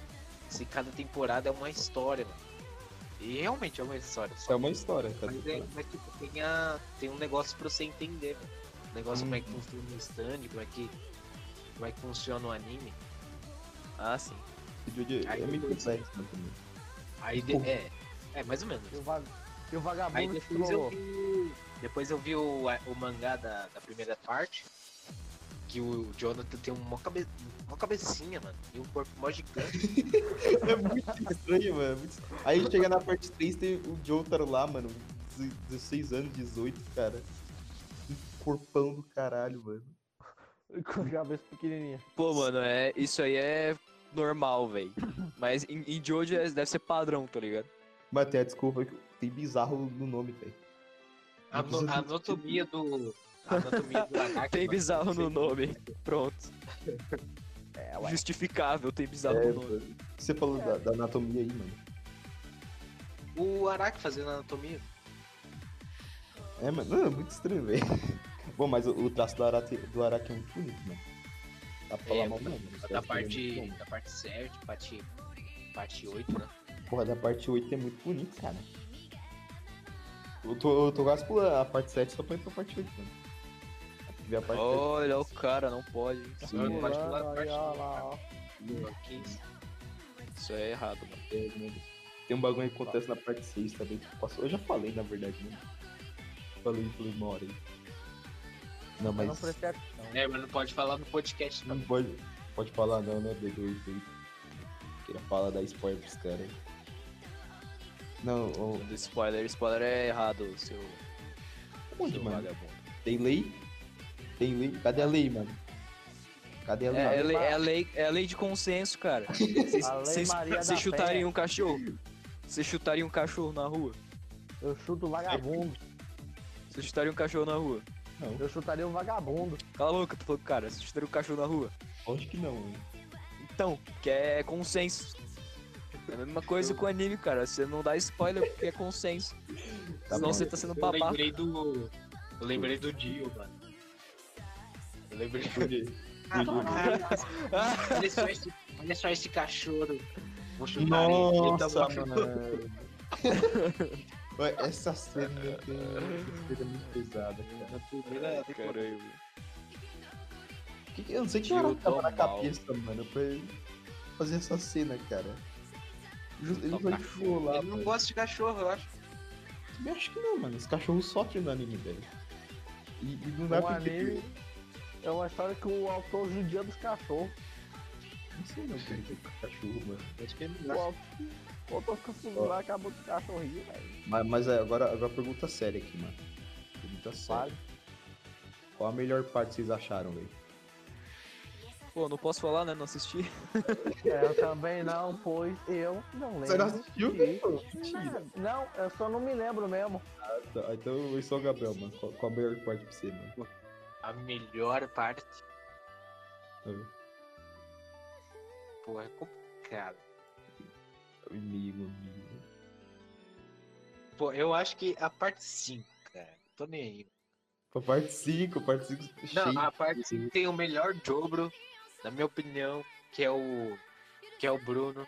[SPEAKER 2] se cada temporada é uma história, mano. E realmente é uma história.
[SPEAKER 1] Isso
[SPEAKER 2] Só.
[SPEAKER 1] é uma história, tá?
[SPEAKER 2] Mas, é, mas tipo, tem, a, tem um negócio pra você entender, mano. Um negócio como é que funciona o stand, como é que. Como é que funciona o anime.
[SPEAKER 3] Ah, sim.
[SPEAKER 1] Esse dia
[SPEAKER 2] Aí
[SPEAKER 1] É meio
[SPEAKER 2] depois-
[SPEAKER 1] complexo, mano, também.
[SPEAKER 2] Aí de-
[SPEAKER 1] Porra.
[SPEAKER 2] é. É, mais ou menos.
[SPEAKER 4] E o, vag... e o
[SPEAKER 2] Aí
[SPEAKER 4] vagabundo
[SPEAKER 2] depois eu
[SPEAKER 4] estrolou.
[SPEAKER 2] vi, depois eu vi o, o mangá da, da primeira parte, que o Jonathan tem uma, cabe, uma cabecinha, mano, e um corpo mó gigante.
[SPEAKER 1] É muito estranho, mano. é muito estranho. Aí chega na parte 3, tem o Jotaro lá, mano. 16 anos, 18, cara. Um corpão do caralho, mano.
[SPEAKER 2] um-
[SPEAKER 4] Com a cabeça pequenininha.
[SPEAKER 3] Pô, mano, é, isso aí é normal, velho. Mas em, em Jojo é- deve ser padrão, tá ligado?
[SPEAKER 1] Mas tem a desculpa que tem bizarro no nome, velho.
[SPEAKER 2] A, ano- a anatomia do. A anatomia do Araki,
[SPEAKER 3] Tem
[SPEAKER 2] mano,
[SPEAKER 3] bizarro
[SPEAKER 2] não sei.
[SPEAKER 3] no nome. Pronto. Justificável, tem bizarro
[SPEAKER 1] É,
[SPEAKER 3] no nome.
[SPEAKER 1] mano. O que você falou da, da anatomia aí, mano?
[SPEAKER 2] o Araki fazendo anatomia.
[SPEAKER 1] É, mano, é muito estranho, velho. Bom, mas o, o traço do Araki, do Araki é muito bonito, mano. Dá pra falar
[SPEAKER 2] É,
[SPEAKER 1] mal
[SPEAKER 2] da-
[SPEAKER 1] mesmo. esse traço dele
[SPEAKER 2] Da
[SPEAKER 1] é muito
[SPEAKER 2] parte,
[SPEAKER 1] bom.
[SPEAKER 2] da parte certa, parte, parte 8, né?
[SPEAKER 1] Porra, da parte 8 é muito bonito, cara. Eu tô, eu tô quase pulando a parte 7 só pra ir pra parte 8, mano. Se tiver a parte
[SPEAKER 3] Olha o cara, não pode. hein?
[SPEAKER 1] Sim.
[SPEAKER 2] Não, parte do lado,
[SPEAKER 4] Pulando
[SPEAKER 2] parte
[SPEAKER 4] aí,
[SPEAKER 2] do
[SPEAKER 4] ó
[SPEAKER 2] lado.
[SPEAKER 4] Ah, lá, ó.
[SPEAKER 2] Pô, 15.
[SPEAKER 3] Isso é errado, mano.
[SPEAKER 1] 7, mano. Tem um bagulho que acontece na parte 6 também. que passou. Eu já falei, na verdade, né? Falei, falei uma hora aí. Não,
[SPEAKER 4] Eu
[SPEAKER 1] mas.
[SPEAKER 4] não prestei
[SPEAKER 2] É, mas não pode falar no podcast, não.
[SPEAKER 1] Não pode, pode falar não, né, B2 aí. Queria falar da spoiler pros caras aí. Não, ô,
[SPEAKER 3] Do spoiler, spoiler é errado, seu,
[SPEAKER 1] onde,
[SPEAKER 3] seu
[SPEAKER 1] mano?
[SPEAKER 3] vagabundo.
[SPEAKER 1] Tem lei? Tem lei? Cadê a lei, mano? Cadê a lei?
[SPEAKER 3] É, é lei, é, lei, é lei de consenso, cara. Vocês-
[SPEAKER 4] A lei
[SPEAKER 3] Vocês
[SPEAKER 4] Maria
[SPEAKER 3] vocês
[SPEAKER 4] da
[SPEAKER 3] chutariam
[SPEAKER 4] Penha.
[SPEAKER 3] um cachorro? Vocês chutariam um cachorro na rua?
[SPEAKER 1] um-
[SPEAKER 4] Eu chuto o vagabundo.
[SPEAKER 3] Vocês chutariam um cachorro na rua?
[SPEAKER 1] Não,
[SPEAKER 4] Eu chutaria o vagabundo.
[SPEAKER 3] Cala a boca, tu falou, cara, vocês chutariam um cachorro na rua?
[SPEAKER 1] lógico que não, mano.
[SPEAKER 3] Então, que é consenso. É a mesma coisa com o anime, cara. Você não dá spoiler porque é consenso.
[SPEAKER 1] Tá
[SPEAKER 3] Senão
[SPEAKER 1] bom.
[SPEAKER 3] você tá sendo
[SPEAKER 2] Eu
[SPEAKER 3] babaca.
[SPEAKER 2] lembrei do. Eu lembrei do Dio, mano. Eu lembrei do
[SPEAKER 1] Por quê?
[SPEAKER 2] Ah, Olha só esse, olha só esse cachorro. Vou chutar ele. Ele tá
[SPEAKER 1] Nossa,
[SPEAKER 2] baixo.
[SPEAKER 1] mano. Ué, Essa cena tem uma cena é muito pesada, cara.
[SPEAKER 2] Na
[SPEAKER 3] né?
[SPEAKER 2] primeira temporada.
[SPEAKER 3] Caralho, velho.
[SPEAKER 1] Que que- Eu não sei que
[SPEAKER 3] Tio
[SPEAKER 1] hora tava na
[SPEAKER 3] Domal.
[SPEAKER 1] cabeça, mano, pra ele fazer essa cena, cara. Ju- Ele vai lá,
[SPEAKER 2] Ele não
[SPEAKER 1] mano.
[SPEAKER 2] gosta de cachorro, eu acho.
[SPEAKER 1] Eu acho que não, mano. Os cachorros sofrem no anime, velho. E, e não dá
[SPEAKER 4] Um
[SPEAKER 1] pra entender.
[SPEAKER 4] anime é uma história que o autor judia dos cachorros.
[SPEAKER 1] Não sei não, cara, que cachorro, mano.
[SPEAKER 2] Acho que ele
[SPEAKER 4] O
[SPEAKER 2] não gosta.
[SPEAKER 4] autor, o autor ficou subindo lá, acabou dos cachorrinhos, velho.
[SPEAKER 1] Mas, mas é, agora, agora pergunta séria aqui, mano. Pergunta séria.
[SPEAKER 4] Fale.
[SPEAKER 1] Qual a melhor parte que vocês acharam, velho?
[SPEAKER 3] Pô, não posso falar, né? Não assisti.
[SPEAKER 4] É, Eu também não, pois eu não lembro.
[SPEAKER 1] Você não assistiu,
[SPEAKER 4] de-
[SPEAKER 1] velho? Mentira.
[SPEAKER 4] Não, eu só não me lembro mesmo.
[SPEAKER 1] Tá, Então eu sou o Gabriel, mano. Qual, qual a melhor parte pra você, mano?
[SPEAKER 2] A melhor parte. Pô, é complicado.
[SPEAKER 1] Amigo, amigo.
[SPEAKER 2] Pô, eu acho que a parte 5, cara. Tô nem aí.
[SPEAKER 1] Pra parte 5, parte 5 cheio.
[SPEAKER 2] Não, a parte 5 tem o melhor dobro, na minha opinião, que é o. Que é o Bruno.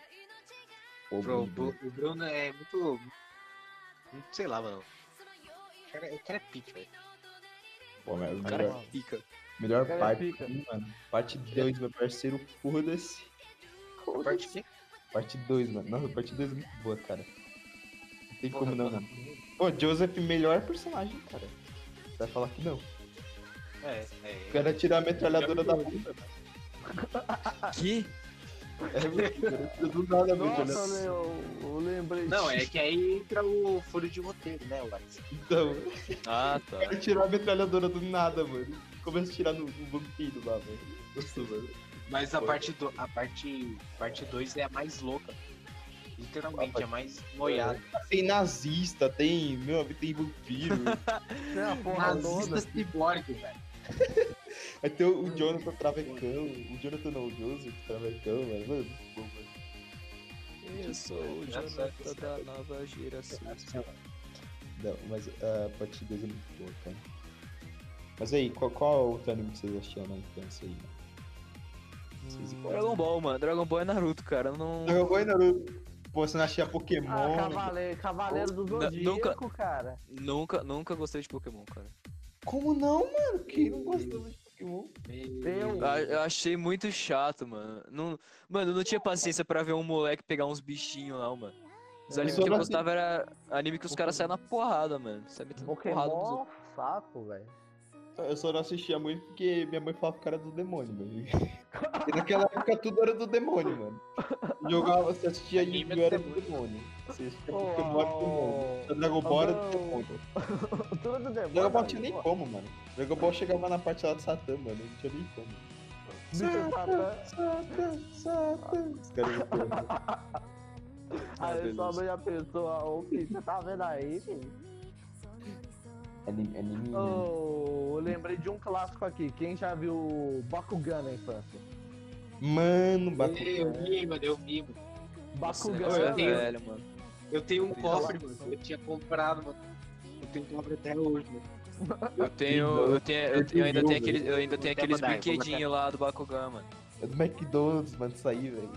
[SPEAKER 1] Pô,
[SPEAKER 2] Bro, o,
[SPEAKER 1] Bruno.
[SPEAKER 2] Bru- o Bruno é muito. muito- Sei lá, mano. O cara, o cara é pica, velho.
[SPEAKER 1] Pô, mas
[SPEAKER 3] O
[SPEAKER 1] melhor,
[SPEAKER 3] cara que pica.
[SPEAKER 1] melhor
[SPEAKER 4] Cara,
[SPEAKER 1] parte, um,
[SPEAKER 4] pica.
[SPEAKER 1] mano. Parte 2, meu parceiro, foda-se.
[SPEAKER 2] A parte que?
[SPEAKER 1] Parte 2, mano. Nossa, a parte 2 é muito boa, cara. Não tem como não,
[SPEAKER 2] porra.
[SPEAKER 1] mano. Pô, Joseph, melhor personagem, cara. Você vai falar que não.
[SPEAKER 2] É,
[SPEAKER 1] O
[SPEAKER 2] é.
[SPEAKER 1] cara tirar a metralhadora da É, bunda.
[SPEAKER 3] Que?
[SPEAKER 1] É mentira. Do nada,
[SPEAKER 4] Nossa,
[SPEAKER 1] mano.
[SPEAKER 4] eu, eu lembrei.
[SPEAKER 2] Não, é que aí entra o furo de roteiro, né, Watson?
[SPEAKER 1] Então,
[SPEAKER 3] Ah, tá.
[SPEAKER 1] o cara tirou a metralhadora do nada, mano. Começa a tirar no, no vampiro lá, mano. Nossa, mano.
[SPEAKER 2] Mas a
[SPEAKER 1] Pô.
[SPEAKER 2] parte 2 a parte, parte dois é a mais louca.
[SPEAKER 1] A
[SPEAKER 2] Literalmente,
[SPEAKER 1] parte-
[SPEAKER 2] a mais noiada.
[SPEAKER 1] Tem nazista, tem. Meu amigo, tem vampiro.
[SPEAKER 4] Tem a porra toda.
[SPEAKER 2] Nazista ciborgue, velho.
[SPEAKER 1] Aí tem o, o Jonathan Travecão. O Jonathan não, o Joseph Travecão, mano. Mano, muito bom, mano.
[SPEAKER 3] Eu sou o Jonathan da nova geração.
[SPEAKER 1] Não, mas a parte 2 é muito boa, cara. Mas aí, qual, qual outro anime que vocês acharam na infância aí? mano? Vocês
[SPEAKER 3] Hum, Dragon Ball, mano. Dragon Ball é Naruto, cara. Não.
[SPEAKER 1] Dragon Ball e Naruto. Pô, você não achei Pokémon.
[SPEAKER 4] Ah, cavaleiro, cavaleiro do
[SPEAKER 3] Não,
[SPEAKER 4] Zodíaco,
[SPEAKER 3] nunca-
[SPEAKER 4] cara.
[SPEAKER 3] Nunca, nunca gostei de Pokémon, cara.
[SPEAKER 1] Como não, mano? Quem não gostou de Pokémon?
[SPEAKER 4] Eu-
[SPEAKER 3] Eu, eu achei muito chato, mano. Não, mano, eu não tinha paciência pra ver um moleque pegar uns bichinhos lá, mano. Os
[SPEAKER 2] É.
[SPEAKER 4] Eu
[SPEAKER 3] animes
[SPEAKER 1] só
[SPEAKER 3] que eu
[SPEAKER 1] não-
[SPEAKER 3] gostava
[SPEAKER 2] assim.
[SPEAKER 3] era anime que os caras saem na porrada, mano. Sai metendo porrada nos
[SPEAKER 4] Pokémon
[SPEAKER 3] outros.
[SPEAKER 4] saco, velho.
[SPEAKER 1] Eu só não assistia muito porque minha mãe falava que era do demônio, mano. E naquela época tudo era do demônio, mano. Jogava, você assistia
[SPEAKER 2] Anime
[SPEAKER 1] Yu-Gi-Oh!
[SPEAKER 2] é do
[SPEAKER 1] era do demônio. Você assistia
[SPEAKER 4] Pô,
[SPEAKER 1] Pokémon era do demônio. Dragon Ball era do demônio.
[SPEAKER 4] Tudo do demônio.
[SPEAKER 1] Dragon Ball tinha
[SPEAKER 4] velho.
[SPEAKER 1] nem como, mano. Dragon Ball chegava na parte lá do Satã, mano. Não tinha nem como.
[SPEAKER 4] Bicho Satã.
[SPEAKER 1] Satã, Satã. Os caras me perguntam.
[SPEAKER 4] Aí ele
[SPEAKER 1] Ah, beleza.
[SPEAKER 4] só
[SPEAKER 1] Uhum.
[SPEAKER 4] veio a pessoa, ô filho, você tá vendo aí, filho?
[SPEAKER 1] Anime, anime.
[SPEAKER 4] Ô, eu lembrei de um clássico aqui. Quem já viu Bakugan na infância?
[SPEAKER 1] Mano, bateu.
[SPEAKER 2] Eu vi, mano, eu vi, mano.
[SPEAKER 3] Esse
[SPEAKER 4] Bakugan, né,
[SPEAKER 3] negócio é
[SPEAKER 4] velho.
[SPEAKER 3] velho, mano.
[SPEAKER 2] Eu tenho um
[SPEAKER 3] Tem
[SPEAKER 2] cofre, mano. Eu tinha comprado, mano. Eu tenho cofre até hoje, mano.
[SPEAKER 3] Eu tenho. Eu, tenho, eu, tenho- eu ainda tenho aqueles, eu ainda tenho
[SPEAKER 2] Vou até
[SPEAKER 3] aqueles
[SPEAKER 2] mandar, eu vou
[SPEAKER 3] brinquedinhos lá do Bakugan, mano.
[SPEAKER 1] É do McDonald's, mano, isso aí, velho.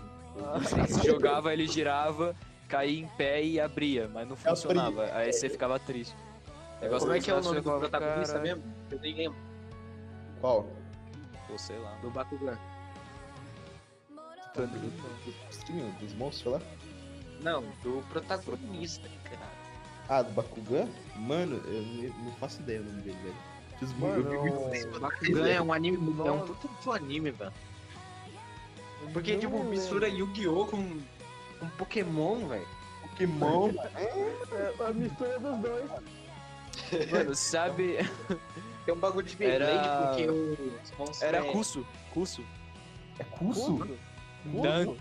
[SPEAKER 3] Você jogava, ele girava, caía em pé e abria, mas não funcionava. Aí você ficava triste. Negócio
[SPEAKER 2] Como é que é o
[SPEAKER 3] desse,
[SPEAKER 2] nome
[SPEAKER 3] você
[SPEAKER 2] do
[SPEAKER 3] falava,
[SPEAKER 2] protagonista
[SPEAKER 3] "Caralho".
[SPEAKER 2] mesmo? Eu nem lembro.
[SPEAKER 1] Qual?
[SPEAKER 3] Pô, sei lá.
[SPEAKER 2] Do Bakugan.
[SPEAKER 1] Sim, dos monstros lá?
[SPEAKER 2] Não, do protagonista, cara.
[SPEAKER 1] Ah, do Bakugan? Mano, eu não- não faço ideia o nome dele, velho. Fiz mu- eu vi
[SPEAKER 4] Mano,
[SPEAKER 1] muito-
[SPEAKER 4] eu-
[SPEAKER 2] Bakugan é um anime, é um
[SPEAKER 4] Nossa.
[SPEAKER 2] puta de um anime, velho. Porque,
[SPEAKER 4] eu
[SPEAKER 2] tipo,
[SPEAKER 4] não
[SPEAKER 2] mistura
[SPEAKER 4] lembro.
[SPEAKER 2] Yu-Gi-Oh! com, com Pokémon, velho.
[SPEAKER 1] Pokémon,
[SPEAKER 4] É a mistura dos dois.
[SPEAKER 3] Mano, sabe.
[SPEAKER 2] Tem um bagulho de
[SPEAKER 3] Era-
[SPEAKER 2] Beyblade, porque o sponsor
[SPEAKER 3] Era
[SPEAKER 2] é-
[SPEAKER 3] Kusu. Kusu.
[SPEAKER 1] é curso?
[SPEAKER 3] Dan.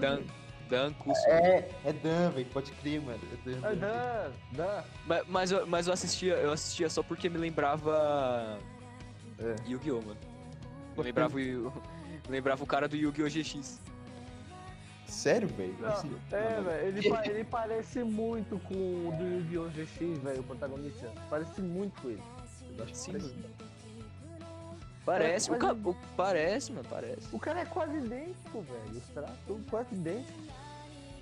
[SPEAKER 3] Dan. Dan Kusu.
[SPEAKER 1] É, é Dan, velho, pode crer, mano. É Dan.
[SPEAKER 4] É né?
[SPEAKER 1] velho.
[SPEAKER 4] Dan, Dan.
[SPEAKER 3] Ma- Mas, eu, mas eu assistia, eu assistia só porque me lembrava.
[SPEAKER 1] É.
[SPEAKER 3] Yu-Gi-Oh! mano. Me lembrava, o, me lembrava o cara do Yu-Gi-Oh! GX.
[SPEAKER 1] Sério, velho?
[SPEAKER 4] Não,
[SPEAKER 1] Assim,
[SPEAKER 4] É,
[SPEAKER 1] não,
[SPEAKER 4] velho, ele, pa- ele parece muito com o do Yu-Gi-Oh! GX, velho, o protagonista. Parece muito com ele.
[SPEAKER 1] eu acho que
[SPEAKER 3] Sim,
[SPEAKER 1] parece-
[SPEAKER 3] Parece, o,
[SPEAKER 4] Mas-
[SPEAKER 3] ca- o- parece, mano, parece.
[SPEAKER 4] O cara é quase idêntico, velho. Os traços são quase idênticos.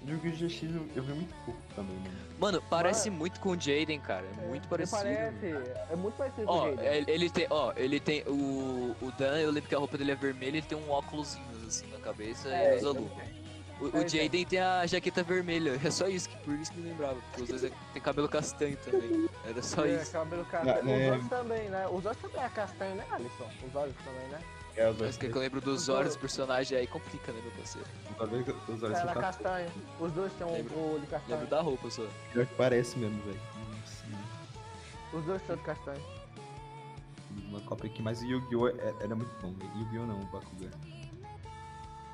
[SPEAKER 1] Yu-Gi-Oh! GX eu, eu vi muito pouco também, mano.
[SPEAKER 3] Mano, parece muito com o Jaden, cara. É muito
[SPEAKER 4] né? Ele
[SPEAKER 3] parecido.
[SPEAKER 4] Parece, é muito parecido
[SPEAKER 3] Ó, é
[SPEAKER 4] com ele.
[SPEAKER 3] ele, ele tem, ó, ele tem o, o Dan, eu lembro que a roupa dele é vermelha, ele tem um óculosinho assim na cabeça
[SPEAKER 4] É,
[SPEAKER 3] e usa luva. O, o
[SPEAKER 4] É, então.
[SPEAKER 3] Jaden tem a jaqueta vermelha, é só isso, que por isso que me lembrava, porque os dois é- tem cabelo castanho também. Era só
[SPEAKER 4] É,
[SPEAKER 3] isso.
[SPEAKER 4] cabelo castanho.
[SPEAKER 1] Não, é-
[SPEAKER 4] Os olhos também, né? Os olhos também é castanho, né, Alisson? Os olhos também, né?
[SPEAKER 1] É, os
[SPEAKER 3] Mas
[SPEAKER 1] olhos
[SPEAKER 3] que eu lembro dos
[SPEAKER 4] Não. Tá.
[SPEAKER 3] olhos do personagem aí complica, né, meu parceiro?
[SPEAKER 1] os olhos
[SPEAKER 4] Era
[SPEAKER 1] são
[SPEAKER 4] é castanho. Os dois têm
[SPEAKER 3] Lembro.
[SPEAKER 4] o olho
[SPEAKER 3] Lembro
[SPEAKER 4] castanho.
[SPEAKER 3] da roupa só.
[SPEAKER 1] pior que parece mesmo, velho. Nossa,
[SPEAKER 4] Os dois têm olho castanho.
[SPEAKER 1] Uma cópia aqui, mas Yu-Gi-Oh! é- era muito bom, velho. Yu-Gi-Oh! não, o Bakugan.
[SPEAKER 4] Só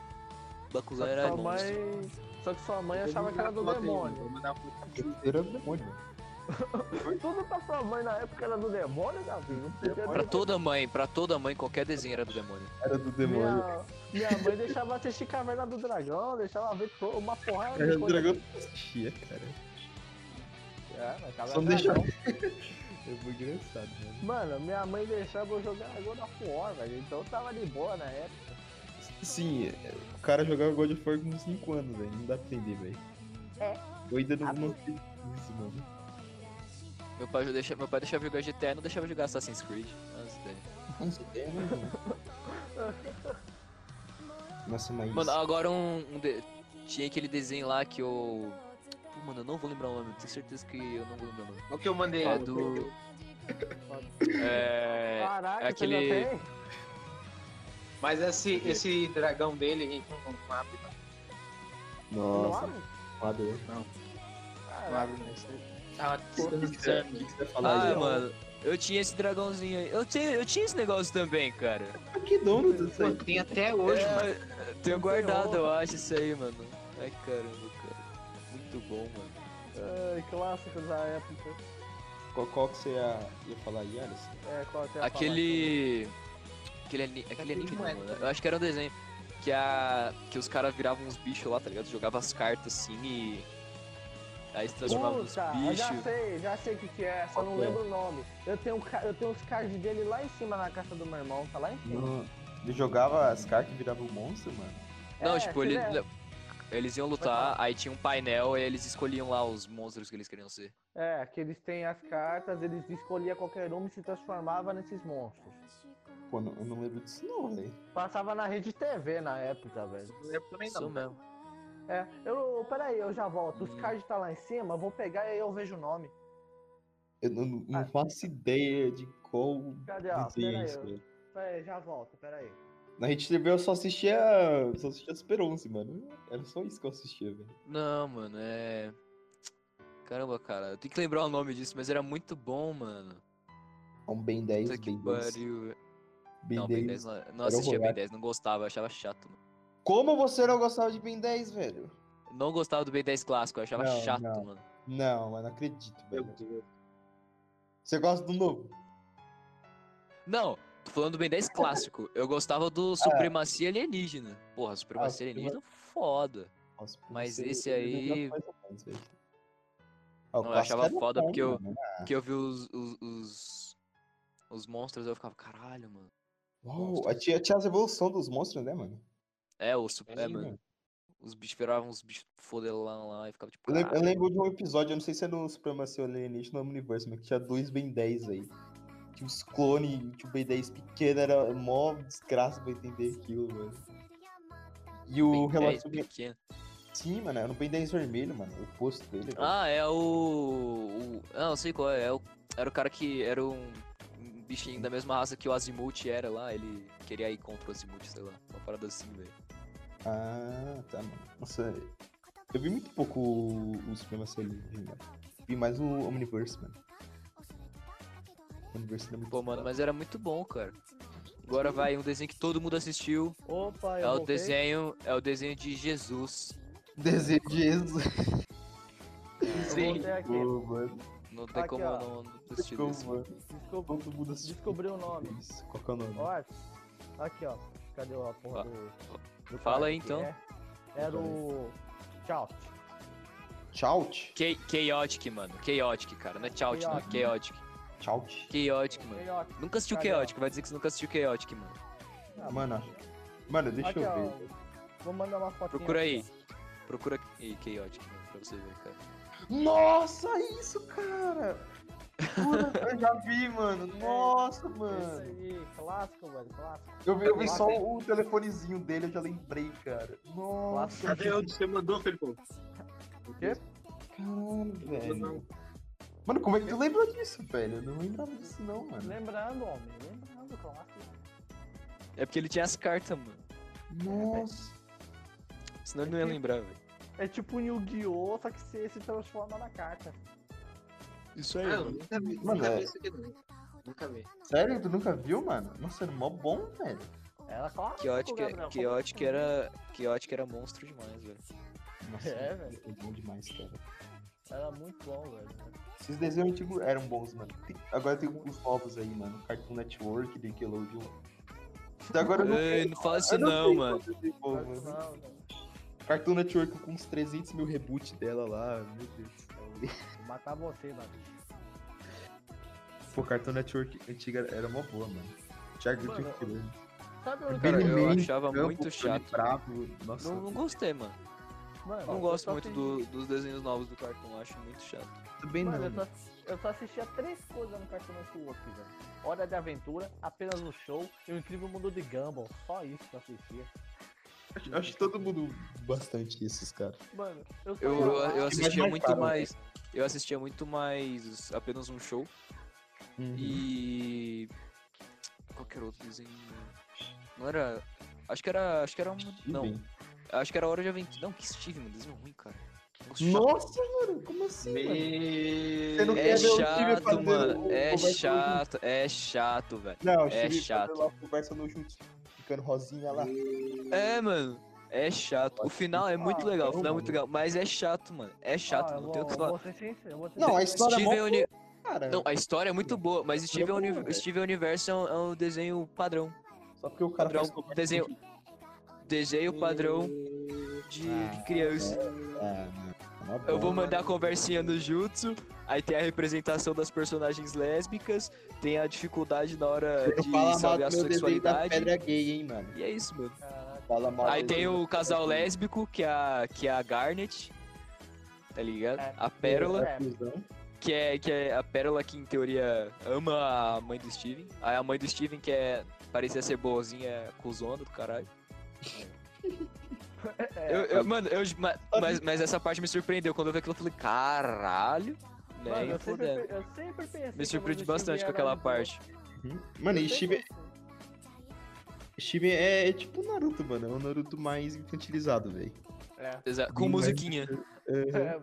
[SPEAKER 3] Bakugan
[SPEAKER 4] que tá
[SPEAKER 3] era
[SPEAKER 4] sua
[SPEAKER 3] monstro.
[SPEAKER 4] mãe. Só que sua mãe
[SPEAKER 2] Eu
[SPEAKER 4] achava
[SPEAKER 2] vou
[SPEAKER 4] que era do
[SPEAKER 2] mandar foto aí,
[SPEAKER 4] demônio.
[SPEAKER 2] Vou mandar uma foto.
[SPEAKER 1] Era o demônio, velho. né?
[SPEAKER 4] Tudo pra sua mãe na época era do demônio, Davi. Não podia
[SPEAKER 3] Pra
[SPEAKER 4] nem-
[SPEAKER 3] toda mãe, pra toda mãe, qualquer desenho era do demônio.
[SPEAKER 1] Era do demônio.
[SPEAKER 4] Minha, minha mãe deixava assistir Caverna do Dragão, deixava ver to- uma porrada
[SPEAKER 1] Era
[SPEAKER 4] de
[SPEAKER 1] do
[SPEAKER 4] coisa.
[SPEAKER 1] dragão que assistia, cara.
[SPEAKER 4] É, mas Caverna
[SPEAKER 1] Só
[SPEAKER 4] do
[SPEAKER 1] deixa-
[SPEAKER 4] Dragão.
[SPEAKER 1] É muito engraçado, mano.
[SPEAKER 4] Mano, minha mãe deixava eu jogar God of War, velho. Então eu tava de boa na época.
[SPEAKER 1] Sim, o cara jogava God of War com 5 anos, velho. Não dá pra entender, velho.
[SPEAKER 4] É.
[SPEAKER 1] Eu ainda não
[SPEAKER 4] Ah,
[SPEAKER 1] mantive isso, mano.
[SPEAKER 3] Meu pai, já deixa, meu pai deixava jogar GTA e não deixava jogar Assassin's Creed. Nossa, daí.
[SPEAKER 1] é, né, Nossa, mas.
[SPEAKER 3] Mano, agora um. um de- Tinha aquele desenho lá que eu. Pô, mano, eu não vou lembrar o nome, tenho certeza que eu não vou lembrar o nome.
[SPEAKER 2] Olha o que eu mandei.
[SPEAKER 3] É
[SPEAKER 2] ó.
[SPEAKER 3] do. É.
[SPEAKER 4] Caraca,
[SPEAKER 3] aquele-
[SPEAKER 4] você já tem?
[SPEAKER 2] Mas esse, esse dragão dele, um gente, não, não abre, não.
[SPEAKER 4] Não
[SPEAKER 1] Nossa,
[SPEAKER 4] abre?
[SPEAKER 1] foda.
[SPEAKER 2] Não
[SPEAKER 4] Caraca.
[SPEAKER 2] abre, não. Ah,
[SPEAKER 1] O que você vai falar
[SPEAKER 3] Ah,
[SPEAKER 1] aí?
[SPEAKER 3] mano, eu tinha esse dragãozinho aí. Eu, tenho, eu tinha esse negócio também, cara.
[SPEAKER 1] McDonald's isso aí.
[SPEAKER 2] Tem até hoje,
[SPEAKER 3] É,
[SPEAKER 2] mano.
[SPEAKER 3] eu Tenho guardado, eu acho, isso aí, mano. Ai, caramba, cara. Muito bom, mano.
[SPEAKER 4] Ai, clássicos da época.
[SPEAKER 1] Qual, qual que você ia, ia falar aí, Alisson?
[SPEAKER 4] É, qual que é a
[SPEAKER 3] Aquele. Aquele, ani- aquele anime, não, mano. Eu acho que era um desenho. Que, a, que os caras viravam uns bichos lá, tá ligado? Jogava as cartas assim e. Aí se transformavam
[SPEAKER 4] palavra?
[SPEAKER 3] nos
[SPEAKER 4] Puta, eu já
[SPEAKER 3] bichos.
[SPEAKER 4] sei, já sei o que que é, só não
[SPEAKER 1] Qual que é?
[SPEAKER 4] lembro o nome. Eu tenho, um ca- eu tenho os cards dele lá em cima na caixa do meu irmão, tá lá em cima.
[SPEAKER 1] No- Ele jogava as cartas e virava um monstro, mano.
[SPEAKER 3] Não,
[SPEAKER 4] É,
[SPEAKER 3] tipo, ele-
[SPEAKER 4] se der.
[SPEAKER 3] eles iam lutar, aí tinha um painel e eles escolhiam lá os monstros que eles queriam ser.
[SPEAKER 4] É, que eles têm as cartas, eles escolhiam qualquer um e se transformava nesses monstros.
[SPEAKER 1] Pô, não- eu não lembro disso não, velho.
[SPEAKER 4] Passava na rede TV na época, velho.
[SPEAKER 2] Não lembro também,
[SPEAKER 3] Isso
[SPEAKER 4] né?
[SPEAKER 2] não.
[SPEAKER 3] mesmo.
[SPEAKER 4] É, eu. Peraí, eu já volto. Os cards tá lá em cima, eu vou pegar e aí eu vejo o nome.
[SPEAKER 1] Eu não, não
[SPEAKER 4] Ah.
[SPEAKER 1] faço ideia de qual
[SPEAKER 4] Cadê? Ó,
[SPEAKER 1] desenho é
[SPEAKER 4] peraí,
[SPEAKER 1] isso,
[SPEAKER 4] eu-
[SPEAKER 1] velho.
[SPEAKER 4] peraí, já volto, peraí.
[SPEAKER 1] Na Rede TV eu só assistia. Só assistia Super 11, mano. Era só isso que eu assistia, velho.
[SPEAKER 3] Não, mano, é. Caramba, cara, eu tenho que lembrar o nome disso, mas era muito bom, mano.
[SPEAKER 1] É Um Ben 10,
[SPEAKER 3] Puta que
[SPEAKER 1] Ben 10.
[SPEAKER 3] pariu. velho.
[SPEAKER 1] Ben
[SPEAKER 3] não,
[SPEAKER 1] 10.
[SPEAKER 3] Ben 10 não, não
[SPEAKER 1] era
[SPEAKER 3] assistia Ben
[SPEAKER 1] horroroso.
[SPEAKER 3] 10, não gostava, eu achava chato, mano.
[SPEAKER 1] Como você não gostava de Ben 10, velho?
[SPEAKER 3] Não gostava do Ben 10 clássico, eu achava
[SPEAKER 1] Não,
[SPEAKER 3] chato,
[SPEAKER 1] não.
[SPEAKER 3] mano.
[SPEAKER 1] Não, mas não acredito,
[SPEAKER 2] Meu
[SPEAKER 1] velho.
[SPEAKER 2] Deus.
[SPEAKER 1] Você gosta do novo?
[SPEAKER 3] Não, tô falando do Ben 10 clássico. Eu gostava
[SPEAKER 1] É.
[SPEAKER 3] do Supremacia Alienígena. Porra, Supremacia
[SPEAKER 1] Suprema-
[SPEAKER 3] Alienígena foda.
[SPEAKER 1] Nossa, pra
[SPEAKER 3] Mas
[SPEAKER 1] você,
[SPEAKER 3] esse
[SPEAKER 1] eu
[SPEAKER 3] aí-
[SPEAKER 1] já faz um mês, velho. Ah, o
[SPEAKER 3] Não, eu
[SPEAKER 1] clássico
[SPEAKER 3] achava
[SPEAKER 1] era
[SPEAKER 3] foda
[SPEAKER 1] bom,
[SPEAKER 3] porque eu-
[SPEAKER 1] mano.
[SPEAKER 3] Que eu vi os, os, os, os monstros, eu ficava, caralho, mano.
[SPEAKER 1] Uou, a tinha, tinha as evoluções dos monstros, né, mano?
[SPEAKER 3] É, o super,
[SPEAKER 1] Sim,
[SPEAKER 3] mano.
[SPEAKER 1] mano.
[SPEAKER 3] Os bichos viravam uns bichos fodelão lá e ficava tipo.
[SPEAKER 1] Eu, lem- eu
[SPEAKER 3] "Caralho".
[SPEAKER 1] lembro de um episódio, eu não sei se é do Supremacia Alienígena ou Universo, mas que tinha dois Ben 10 aí. Tinha uns clones, tinha um Ben 10 pequeno, era mó desgraça pra entender aquilo, mano. E o
[SPEAKER 3] Bem dez,
[SPEAKER 1] relacionamento.
[SPEAKER 3] pequeno.
[SPEAKER 1] Sim, mano, era um Ben 10 vermelho, mano. O posto dele.
[SPEAKER 3] Ah, é o. o... Ah, eu sei qual é. é o... Era o cara que era um um bichinho da mesma raça que o Azimuth era lá. Ele queria ir contra o Azimuth, sei lá. Uma parada assim, velho.
[SPEAKER 1] Ah, tá, mano. Nossa, eu vi muito pouco o, o Supremacia Alienígena. Vi mais o Omniverse, mano. O Omniverse era muito
[SPEAKER 3] Pô, mano, mas era muito bom, cara. Agora vai um desenho que todo mundo assistiu.
[SPEAKER 5] Opa, eu
[SPEAKER 3] É o
[SPEAKER 5] voltei.
[SPEAKER 3] desenho. É o desenho de Jesus.
[SPEAKER 1] Desenho de Jesus.
[SPEAKER 5] Eu voltei aqui.
[SPEAKER 1] Pô, mano.
[SPEAKER 3] Não tem
[SPEAKER 5] Aqui,
[SPEAKER 3] como
[SPEAKER 5] ó.
[SPEAKER 3] não não assistir
[SPEAKER 1] Como,
[SPEAKER 3] desse.
[SPEAKER 1] mano?
[SPEAKER 5] Descob-
[SPEAKER 1] Todo mundo assistiu.
[SPEAKER 5] Descobri o nome.
[SPEAKER 1] Isso, Qual que é o nome?
[SPEAKER 5] Ó, aqui, ó. Cadê a porra
[SPEAKER 3] Ó.
[SPEAKER 5] do. do
[SPEAKER 3] Fala aí,
[SPEAKER 5] cara que
[SPEAKER 3] então.
[SPEAKER 5] é? Era o. Tchau.
[SPEAKER 1] Chaut?
[SPEAKER 3] Cha- Chaotic, mano. Chaotic, cara. Não é Chaotic, não. É Chaotic.
[SPEAKER 1] Chaut.
[SPEAKER 3] Chaotic, mano.
[SPEAKER 5] Melhor.
[SPEAKER 3] Nunca assistiu
[SPEAKER 5] Cadê, ó?
[SPEAKER 3] Chaotic. Vai dizer que você nunca assistiu Chaotic, mano.
[SPEAKER 1] Ah, mano. Mano, deixa
[SPEAKER 5] Aqui,
[SPEAKER 1] eu
[SPEAKER 5] ó.
[SPEAKER 1] ver.
[SPEAKER 5] Vou mandar uma foto.
[SPEAKER 3] Procura aí. Procura aí, Chaotic, mano, pra você ver, cara.
[SPEAKER 1] Nossa, isso, cara! Puta, eu já vi, mano. Nossa,
[SPEAKER 5] Isso
[SPEAKER 1] mano.
[SPEAKER 5] É, aí, clássico, velho. Clássico.
[SPEAKER 1] Eu vi, eu vi só o telefonezinho dele, eu já lembrei, cara. Nossa,
[SPEAKER 5] Clássico.
[SPEAKER 2] Cadê onde você mandou, Felipão?
[SPEAKER 1] caralho,
[SPEAKER 2] não.
[SPEAKER 1] velho. Mano, como é que tu lembrou disso, velho? Eu não lembrava disso, não, mano.
[SPEAKER 5] Lembrando, homem. Lembrando, clássico.
[SPEAKER 3] É porque ele tinha as cartas, mano.
[SPEAKER 1] Nossa.
[SPEAKER 3] Senão ele não ia lembrar, velho.
[SPEAKER 5] É tipo um Yu-Gi-Oh! Só que você se transforma na carta.
[SPEAKER 3] Isso
[SPEAKER 2] Ah, eu nunca vi,
[SPEAKER 1] Mano,
[SPEAKER 2] nunca
[SPEAKER 1] é-
[SPEAKER 2] vi isso aqui, não. Nunca vi.
[SPEAKER 1] Sério? Tu nunca viu, mano? Nossa, era mó bom, velho.
[SPEAKER 5] Era clássico.
[SPEAKER 3] Chaotic, é,
[SPEAKER 5] Gabriel, como
[SPEAKER 3] Chaotic
[SPEAKER 5] assim?
[SPEAKER 3] era. Chaotic era monstro demais, velho.
[SPEAKER 1] Nossa,
[SPEAKER 5] É, velho.
[SPEAKER 1] é bom demais, cara.
[SPEAKER 5] Era muito bom, velho.
[SPEAKER 1] Esses desenhos antigos eram bons, mano. Tem- Agora tem os novos aí, mano. Cartoon Network, Nickelodeon. Até agora eu não
[SPEAKER 3] Ei,
[SPEAKER 1] sei.
[SPEAKER 3] não fala isso
[SPEAKER 1] Eu
[SPEAKER 3] não,
[SPEAKER 1] sei
[SPEAKER 3] mano.
[SPEAKER 1] quantos tem bom,
[SPEAKER 5] Mas
[SPEAKER 1] mano.
[SPEAKER 5] não, velho.
[SPEAKER 1] Cartoon Network com uns 300 mil reboot dela lá. Meu Deus do céu.
[SPEAKER 5] Vou matar você, mano.
[SPEAKER 1] Pô, Cartoon Network antiga era mó boa, mano. Thiago né?
[SPEAKER 5] Mano,
[SPEAKER 1] tinha que ler.
[SPEAKER 5] Sabe onde
[SPEAKER 3] Cara,
[SPEAKER 1] Billy
[SPEAKER 3] eu
[SPEAKER 1] Mann,
[SPEAKER 3] achava
[SPEAKER 1] Campo,
[SPEAKER 3] muito
[SPEAKER 1] Tony
[SPEAKER 3] chato.
[SPEAKER 1] Bravo. Nossa,
[SPEAKER 3] Não, não gostei, mano.
[SPEAKER 5] Mano,
[SPEAKER 3] Não
[SPEAKER 5] eu
[SPEAKER 3] gosto
[SPEAKER 5] só
[SPEAKER 3] muito
[SPEAKER 5] assisti-
[SPEAKER 3] do- dos desenhos novos do Cartoon, acho muito chato.
[SPEAKER 1] também
[SPEAKER 5] Mano,
[SPEAKER 1] não.
[SPEAKER 5] eu
[SPEAKER 1] mano.
[SPEAKER 5] só, eu só assistia três coisas no Cartoon Network, velho. Hora de Aventura, apenas o show e o incrível mundo de Gumball. Só isso que eu assistia.
[SPEAKER 1] Acho- Acho que todo mundo bastante esses caras.
[SPEAKER 5] Mano, eu só
[SPEAKER 3] Eu, eu,
[SPEAKER 5] ia lá,
[SPEAKER 3] eu assistia
[SPEAKER 1] mais
[SPEAKER 3] muito
[SPEAKER 1] caro, né?
[SPEAKER 3] mais. Eu assistia muito mais apenas um show
[SPEAKER 1] Uhum.
[SPEAKER 3] e. Qualquer outro desenho. Não era. Acho que era. Acho que era um. Não. Acho que era Hora de Aventura. Não, que Steve, mano. Desenho ruim, cara. Nossa,
[SPEAKER 1] Nossa, mano, como assim, mano? Você não
[SPEAKER 2] Me...
[SPEAKER 1] quer
[SPEAKER 3] É
[SPEAKER 1] ver o Steve
[SPEAKER 3] chato,
[SPEAKER 1] fazendo
[SPEAKER 3] mano.
[SPEAKER 1] o-
[SPEAKER 3] É
[SPEAKER 1] o Michael
[SPEAKER 3] chato, é chato, velho.
[SPEAKER 1] Não,
[SPEAKER 3] É
[SPEAKER 1] Steve
[SPEAKER 3] chato.
[SPEAKER 1] fazendo lá, conversa no chute, ficando rosinha lá.
[SPEAKER 3] É, mano. É chato. O final é muito
[SPEAKER 5] Ah,
[SPEAKER 3] legal, o
[SPEAKER 1] não,
[SPEAKER 3] final é muito
[SPEAKER 1] mano. Ah,
[SPEAKER 3] legal, mas é chato, mano. É chato,
[SPEAKER 5] eu
[SPEAKER 3] não
[SPEAKER 5] vou-
[SPEAKER 3] tem o que
[SPEAKER 5] eu
[SPEAKER 3] falar.
[SPEAKER 5] vou ser sincero, eu vou ser
[SPEAKER 1] Não, a
[SPEAKER 5] sincero.
[SPEAKER 1] história é
[SPEAKER 3] Steve
[SPEAKER 1] mó
[SPEAKER 3] é uni-
[SPEAKER 1] boa, cara.
[SPEAKER 3] Não, a história é muito boa, mas
[SPEAKER 1] Não,
[SPEAKER 3] Steve, é
[SPEAKER 1] não,
[SPEAKER 3] uni...
[SPEAKER 1] velho.
[SPEAKER 3] Steve Universo é um, é um desenho padrão.
[SPEAKER 1] Só porque o cara
[SPEAKER 3] Padrão,
[SPEAKER 1] faz conversa
[SPEAKER 3] desenho-
[SPEAKER 1] no chute.
[SPEAKER 3] Desenho padrão de,
[SPEAKER 1] Ah.
[SPEAKER 3] de criança.
[SPEAKER 1] É, não, não é
[SPEAKER 3] Eu
[SPEAKER 1] bom.
[SPEAKER 3] vou mandar a conversinha no Jutsu, aí tem a representação das personagens lésbicas, tem a dificuldade na hora
[SPEAKER 1] Não
[SPEAKER 3] de
[SPEAKER 1] fala mal do
[SPEAKER 3] saber a
[SPEAKER 1] meu desenho da
[SPEAKER 3] sexualidade.
[SPEAKER 1] pedra gay, hein, mano.
[SPEAKER 3] E é isso, mano.
[SPEAKER 5] Caraca,
[SPEAKER 1] Fala mal
[SPEAKER 3] Aí
[SPEAKER 1] do-
[SPEAKER 3] tem o casal lésbico, que é a, que é a Garnet, tá ligado?
[SPEAKER 5] É.
[SPEAKER 3] A Pérola,
[SPEAKER 1] da fusão.
[SPEAKER 3] que é, que é a Pérola que, em teoria, ama a mãe do Steven. Aí a mãe do Steven, que é, parecia ser boazinha, é cuzona do caralho.
[SPEAKER 5] é,
[SPEAKER 3] Eu- eu- mano, eu, ma- mas, mas essa parte me surpreendeu. Quando eu vi aquilo, eu falei, caralho,
[SPEAKER 5] mano,
[SPEAKER 3] nem
[SPEAKER 5] eu sempre,
[SPEAKER 3] É, fudendo.
[SPEAKER 5] eu sempre pensei. que
[SPEAKER 3] Me
[SPEAKER 5] o
[SPEAKER 3] surpreendi
[SPEAKER 5] Mundo
[SPEAKER 3] bastante
[SPEAKER 5] Steve
[SPEAKER 3] com
[SPEAKER 5] era
[SPEAKER 3] aquela
[SPEAKER 5] um-
[SPEAKER 3] parte.
[SPEAKER 1] Uhum. Mano, e
[SPEAKER 5] Eu sempre
[SPEAKER 1] Steve,
[SPEAKER 5] pensei.
[SPEAKER 1] Steve é, é tipo Naruto, mano. É um Naruto mais infantilizado, velho.
[SPEAKER 5] É.
[SPEAKER 3] Exa- Com musiquinha.
[SPEAKER 5] É.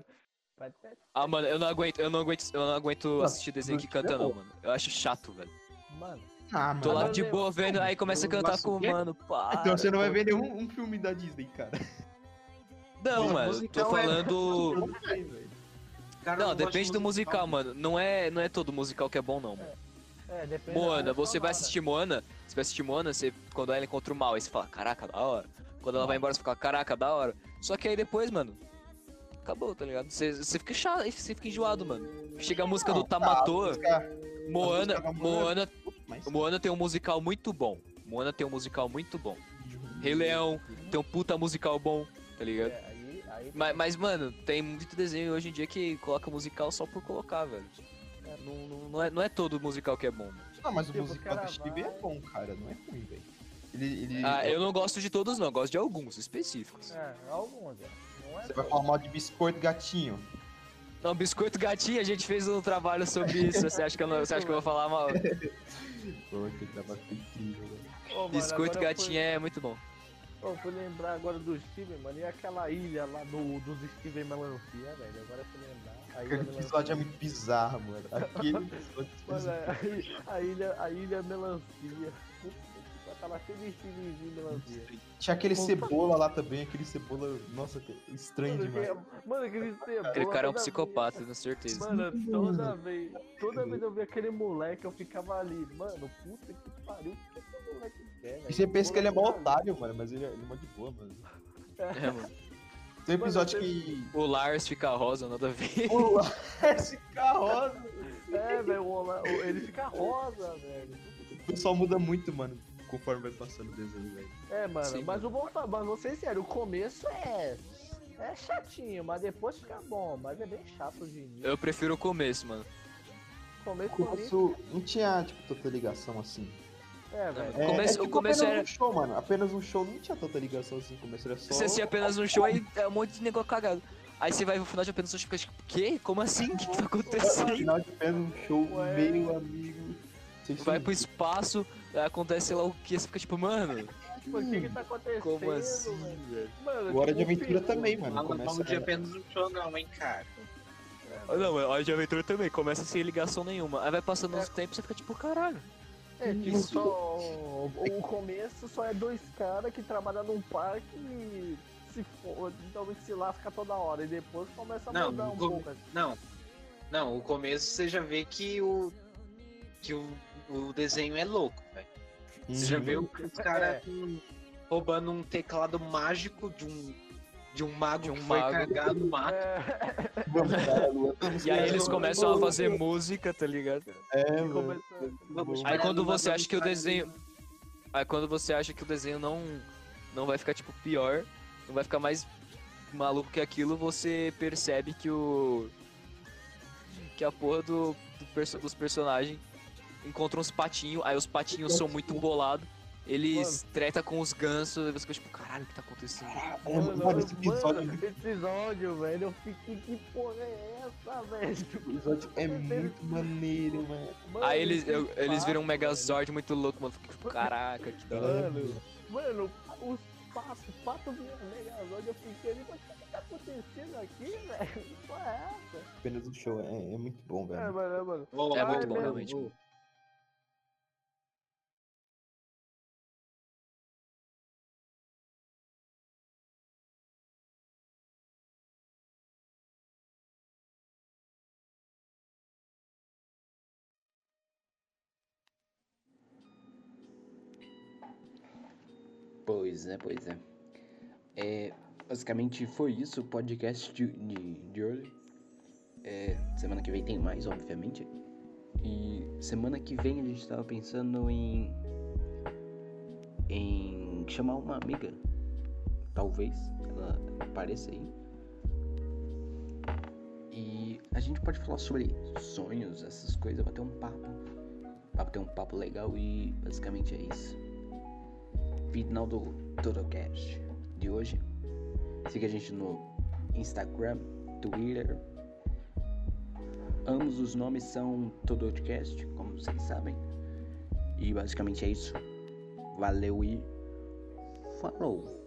[SPEAKER 5] Mas- mas-
[SPEAKER 3] Ah, mano, eu não aguento, eu não aguento, eu não aguento
[SPEAKER 1] Não,
[SPEAKER 3] assistir desenho que canta, não, mano. Eu acho chato, velho.
[SPEAKER 5] Mano,
[SPEAKER 1] Ah,
[SPEAKER 3] Tô lá
[SPEAKER 5] Mano,
[SPEAKER 3] de
[SPEAKER 5] eu-
[SPEAKER 3] boa vendo, aí começa a
[SPEAKER 2] eu
[SPEAKER 3] cantar
[SPEAKER 2] gosto
[SPEAKER 3] com o
[SPEAKER 2] de-
[SPEAKER 3] mano, pá.
[SPEAKER 1] Então você não vai ver nenhum um filme da Disney, cara.
[SPEAKER 3] Não,
[SPEAKER 2] Mas
[SPEAKER 3] mano, eu tô
[SPEAKER 2] musical é-
[SPEAKER 3] falando.
[SPEAKER 1] assim?
[SPEAKER 2] Cara, eu
[SPEAKER 3] Não,
[SPEAKER 2] gosto
[SPEAKER 3] depende
[SPEAKER 2] de
[SPEAKER 3] do musical, mano. Não é, não é todo musical que é bom, não, mano.
[SPEAKER 5] é, depende. da
[SPEAKER 3] Moana,
[SPEAKER 5] trilha
[SPEAKER 3] você
[SPEAKER 5] sonora.
[SPEAKER 3] vai assistir Moana, você vai assistir Moana, você, quando ela encontra o mal, aí você fala, caraca, da hora. Quando ela vai embora, você fala, caraca, da hora. Só que aí depois, mano, Acabou, tá ligado? Você você fica chato, você fica enjoado, mano. Chega a música
[SPEAKER 1] Não,
[SPEAKER 3] do
[SPEAKER 1] tá, a
[SPEAKER 3] Tamatoa,
[SPEAKER 1] música-
[SPEAKER 3] Moana,
[SPEAKER 1] música da Moana-
[SPEAKER 3] Moana
[SPEAKER 1] Mas-
[SPEAKER 3] O Moana tem um musical muito bom. Moana tem um musical muito bom. Rei Leão tem um puta musical bom, tá ligado?
[SPEAKER 4] É, aí, aí
[SPEAKER 3] Mas, mas, mano, tem muito desenho hoje em dia que coloca musical só por colocar, velho. Não, não, não é, não é todo musical que é bom. mano.
[SPEAKER 1] Não, mas o
[SPEAKER 4] Tipo,
[SPEAKER 1] musical do
[SPEAKER 4] cara,
[SPEAKER 1] Steve é
[SPEAKER 4] vai.
[SPEAKER 1] bom, cara. Não é ruim, velho. Ele, ele- é
[SPEAKER 3] Ah, eu não gosto de todos, não. eu Gosto de alguns específicos.
[SPEAKER 4] um É, alguns, é. Não é
[SPEAKER 1] Você vai falar mal de biscoito gatinho.
[SPEAKER 3] Não, Biscoito Gatinho, a gente fez um trabalho sobre isso. Você acha que eu, não- você acha que eu vou falar mal?
[SPEAKER 1] Pô, que trabalho incrível, velho.
[SPEAKER 4] Ô, mano,
[SPEAKER 3] Biscoito
[SPEAKER 4] agora eu
[SPEAKER 3] Gatinho é muito bom.
[SPEAKER 4] Fui, eu fui lembrar agora do Steven, mano. E aquela ilha lá do, dos Steven Melancia, velho. Agora eu fui lembrar. A ilha
[SPEAKER 1] Aquele episódio é muito bizarro, mano. Aquele episódio é
[SPEAKER 4] Mano,
[SPEAKER 1] bizarro.
[SPEAKER 4] a, a ilha, a ilha melancia. Puta, Tá lá cheio de Stevenzinho melancia.
[SPEAKER 1] Tinha aquele cebola lá também, aquele cebola. Nossa, que estranho
[SPEAKER 4] Mano,
[SPEAKER 1] demais.
[SPEAKER 4] que, mano, aquele cebola.
[SPEAKER 3] Aquele cara é um
[SPEAKER 4] toda
[SPEAKER 3] psicopata, tenho
[SPEAKER 4] vez-
[SPEAKER 3] certeza.
[SPEAKER 4] Mano, toda vez, toda vez eu vi aquele moleque, eu ficava ali, mano, puta que pariu, o que esse moleque quer, velho?
[SPEAKER 1] E você pensa que ele é mó
[SPEAKER 4] Moleque,
[SPEAKER 1] otário, mano, mas ele é, ele é mó de boa, mano.
[SPEAKER 3] É, mano.
[SPEAKER 1] Tem um
[SPEAKER 4] Mano,
[SPEAKER 1] episódio
[SPEAKER 4] eu
[SPEAKER 1] que.
[SPEAKER 3] O Lars fica rosa, nada a ver.
[SPEAKER 1] O Lars Carrosa.
[SPEAKER 4] É, velho, o Ola- o- ele fica rosa, velho.
[SPEAKER 1] O pessoal muda muito, mano, conforme vai passando o desenho, velho.
[SPEAKER 4] É, mano,
[SPEAKER 3] Sim,
[SPEAKER 4] mas o bom tá, mas vou ser sério, o começo é. É chatinho, mas depois fica bom, mas é bem chato de início.
[SPEAKER 3] Eu prefiro o começo, mano.
[SPEAKER 4] O começo
[SPEAKER 1] O
[SPEAKER 4] pra mim-
[SPEAKER 1] nosso não tinha, tipo, tanta ligação assim.
[SPEAKER 4] É, velho.
[SPEAKER 3] O começo- o
[SPEAKER 1] tipo
[SPEAKER 3] começo
[SPEAKER 1] apenas
[SPEAKER 3] era-
[SPEAKER 1] um show, mano. Apenas um show não tinha tanta ligação assim. O começo era só.
[SPEAKER 3] Você assiste apenas um show e é um monte de negócio cagado. Aí você vai no final de apenas um show e fica tipo, quê? Como assim? O que, que tá
[SPEAKER 1] No
[SPEAKER 3] acontecendo?
[SPEAKER 1] final de apenas um show,
[SPEAKER 4] Ué.
[SPEAKER 1] meio amigo. Vocês
[SPEAKER 3] Vai
[SPEAKER 1] são-
[SPEAKER 3] pro espaço, aí acontece sei lá o que, você fica tipo, mano,
[SPEAKER 4] Tipo, o que que tá acontecendo?
[SPEAKER 3] como assim,
[SPEAKER 4] velho?
[SPEAKER 3] velho?
[SPEAKER 4] Mano,
[SPEAKER 1] O Hora de
[SPEAKER 4] tipo,
[SPEAKER 1] Aventura
[SPEAKER 4] filho,
[SPEAKER 1] também, mano.
[SPEAKER 2] Não,
[SPEAKER 1] Começa...
[SPEAKER 2] não de apenas um show não, hein, cara.
[SPEAKER 3] Ah, Não, a Hora de Aventura também, começa sem ligação nenhuma. Aí vai passando
[SPEAKER 4] É.
[SPEAKER 3] uns tempos e você fica tipo, caralho.
[SPEAKER 4] É, tipo,
[SPEAKER 1] Isso.
[SPEAKER 4] só. O o começo só é dois caras que trabalham num parque e se for, talvez se lasca toda hora. E depois começa a
[SPEAKER 2] Não,
[SPEAKER 4] mudar
[SPEAKER 2] no
[SPEAKER 4] um
[SPEAKER 2] come-
[SPEAKER 4] pouco. assim.
[SPEAKER 2] Não. Não, o começo você já vê que o. que o, o desenho é louco, velho.
[SPEAKER 1] Uhum.
[SPEAKER 2] Você já vê o- os
[SPEAKER 4] É.
[SPEAKER 2] caras roubando um teclado mágico de um. De um mago
[SPEAKER 3] De um
[SPEAKER 2] que foi
[SPEAKER 3] mago.
[SPEAKER 2] cagar no mato.
[SPEAKER 4] É,
[SPEAKER 3] E aí eles começam a fazer música, tá ligado?
[SPEAKER 1] É, mano.
[SPEAKER 4] começa-
[SPEAKER 2] Vamos
[SPEAKER 3] Aí
[SPEAKER 2] parar
[SPEAKER 3] quando
[SPEAKER 2] numa
[SPEAKER 3] você acha que o
[SPEAKER 2] velocidade-
[SPEAKER 3] desenho. Aí quando você acha que o desenho não, não vai ficar, tipo, pior, não vai ficar mais maluco que aquilo, você percebe que o. Que a porra do, do perso- dos personagens encontra uns patinhos, aí os patinhos são muito bolados, eles treta com os gansos, aí você fica tipo, caralho, o que tá acontecendo?
[SPEAKER 1] É, mano, mano, esse episódio é
[SPEAKER 4] mano,
[SPEAKER 1] muito-
[SPEAKER 4] esse episódio, velho, eu fiquei, que porra é essa, velho?
[SPEAKER 1] esse episódio é muito maneiro, mano.
[SPEAKER 4] Mano,
[SPEAKER 3] Aí eles,
[SPEAKER 4] esse
[SPEAKER 3] eu- eles viram um
[SPEAKER 4] pato,
[SPEAKER 3] Megazord muito louco, mano. Fica, tipo, Caraca,
[SPEAKER 1] É
[SPEAKER 3] que da hora.
[SPEAKER 4] Mano, mano, os patos, o pato vira Megazord, eu fiquei ali, mas o que tá acontecendo aqui, velho? Que porra é essa?
[SPEAKER 1] Apenas um show. É, é muito bom,
[SPEAKER 4] É,
[SPEAKER 1] velho.
[SPEAKER 4] mano, é, mano.
[SPEAKER 2] Ô,
[SPEAKER 3] É
[SPEAKER 2] ô,
[SPEAKER 3] muito
[SPEAKER 4] bom,
[SPEAKER 2] ô,
[SPEAKER 3] realmente.
[SPEAKER 2] ô.
[SPEAKER 6] Pois é, pois é. É, basicamente foi isso o podcast de, de, de hoje. É, semana que vem tem mais, obviamente. E semana que vem a gente tava pensando em. em chamar uma amiga. Talvez ela apareça aí. E a gente pode falar sobre sonhos, essas coisas, bater um papo. Bater um papo legal e basicamente é isso final do Totocast de hoje. Siga a gente no Instagram, Twitter. Ambos os nomes são Totocast, como vocês sabem. E basicamente é isso. Valeu e falou!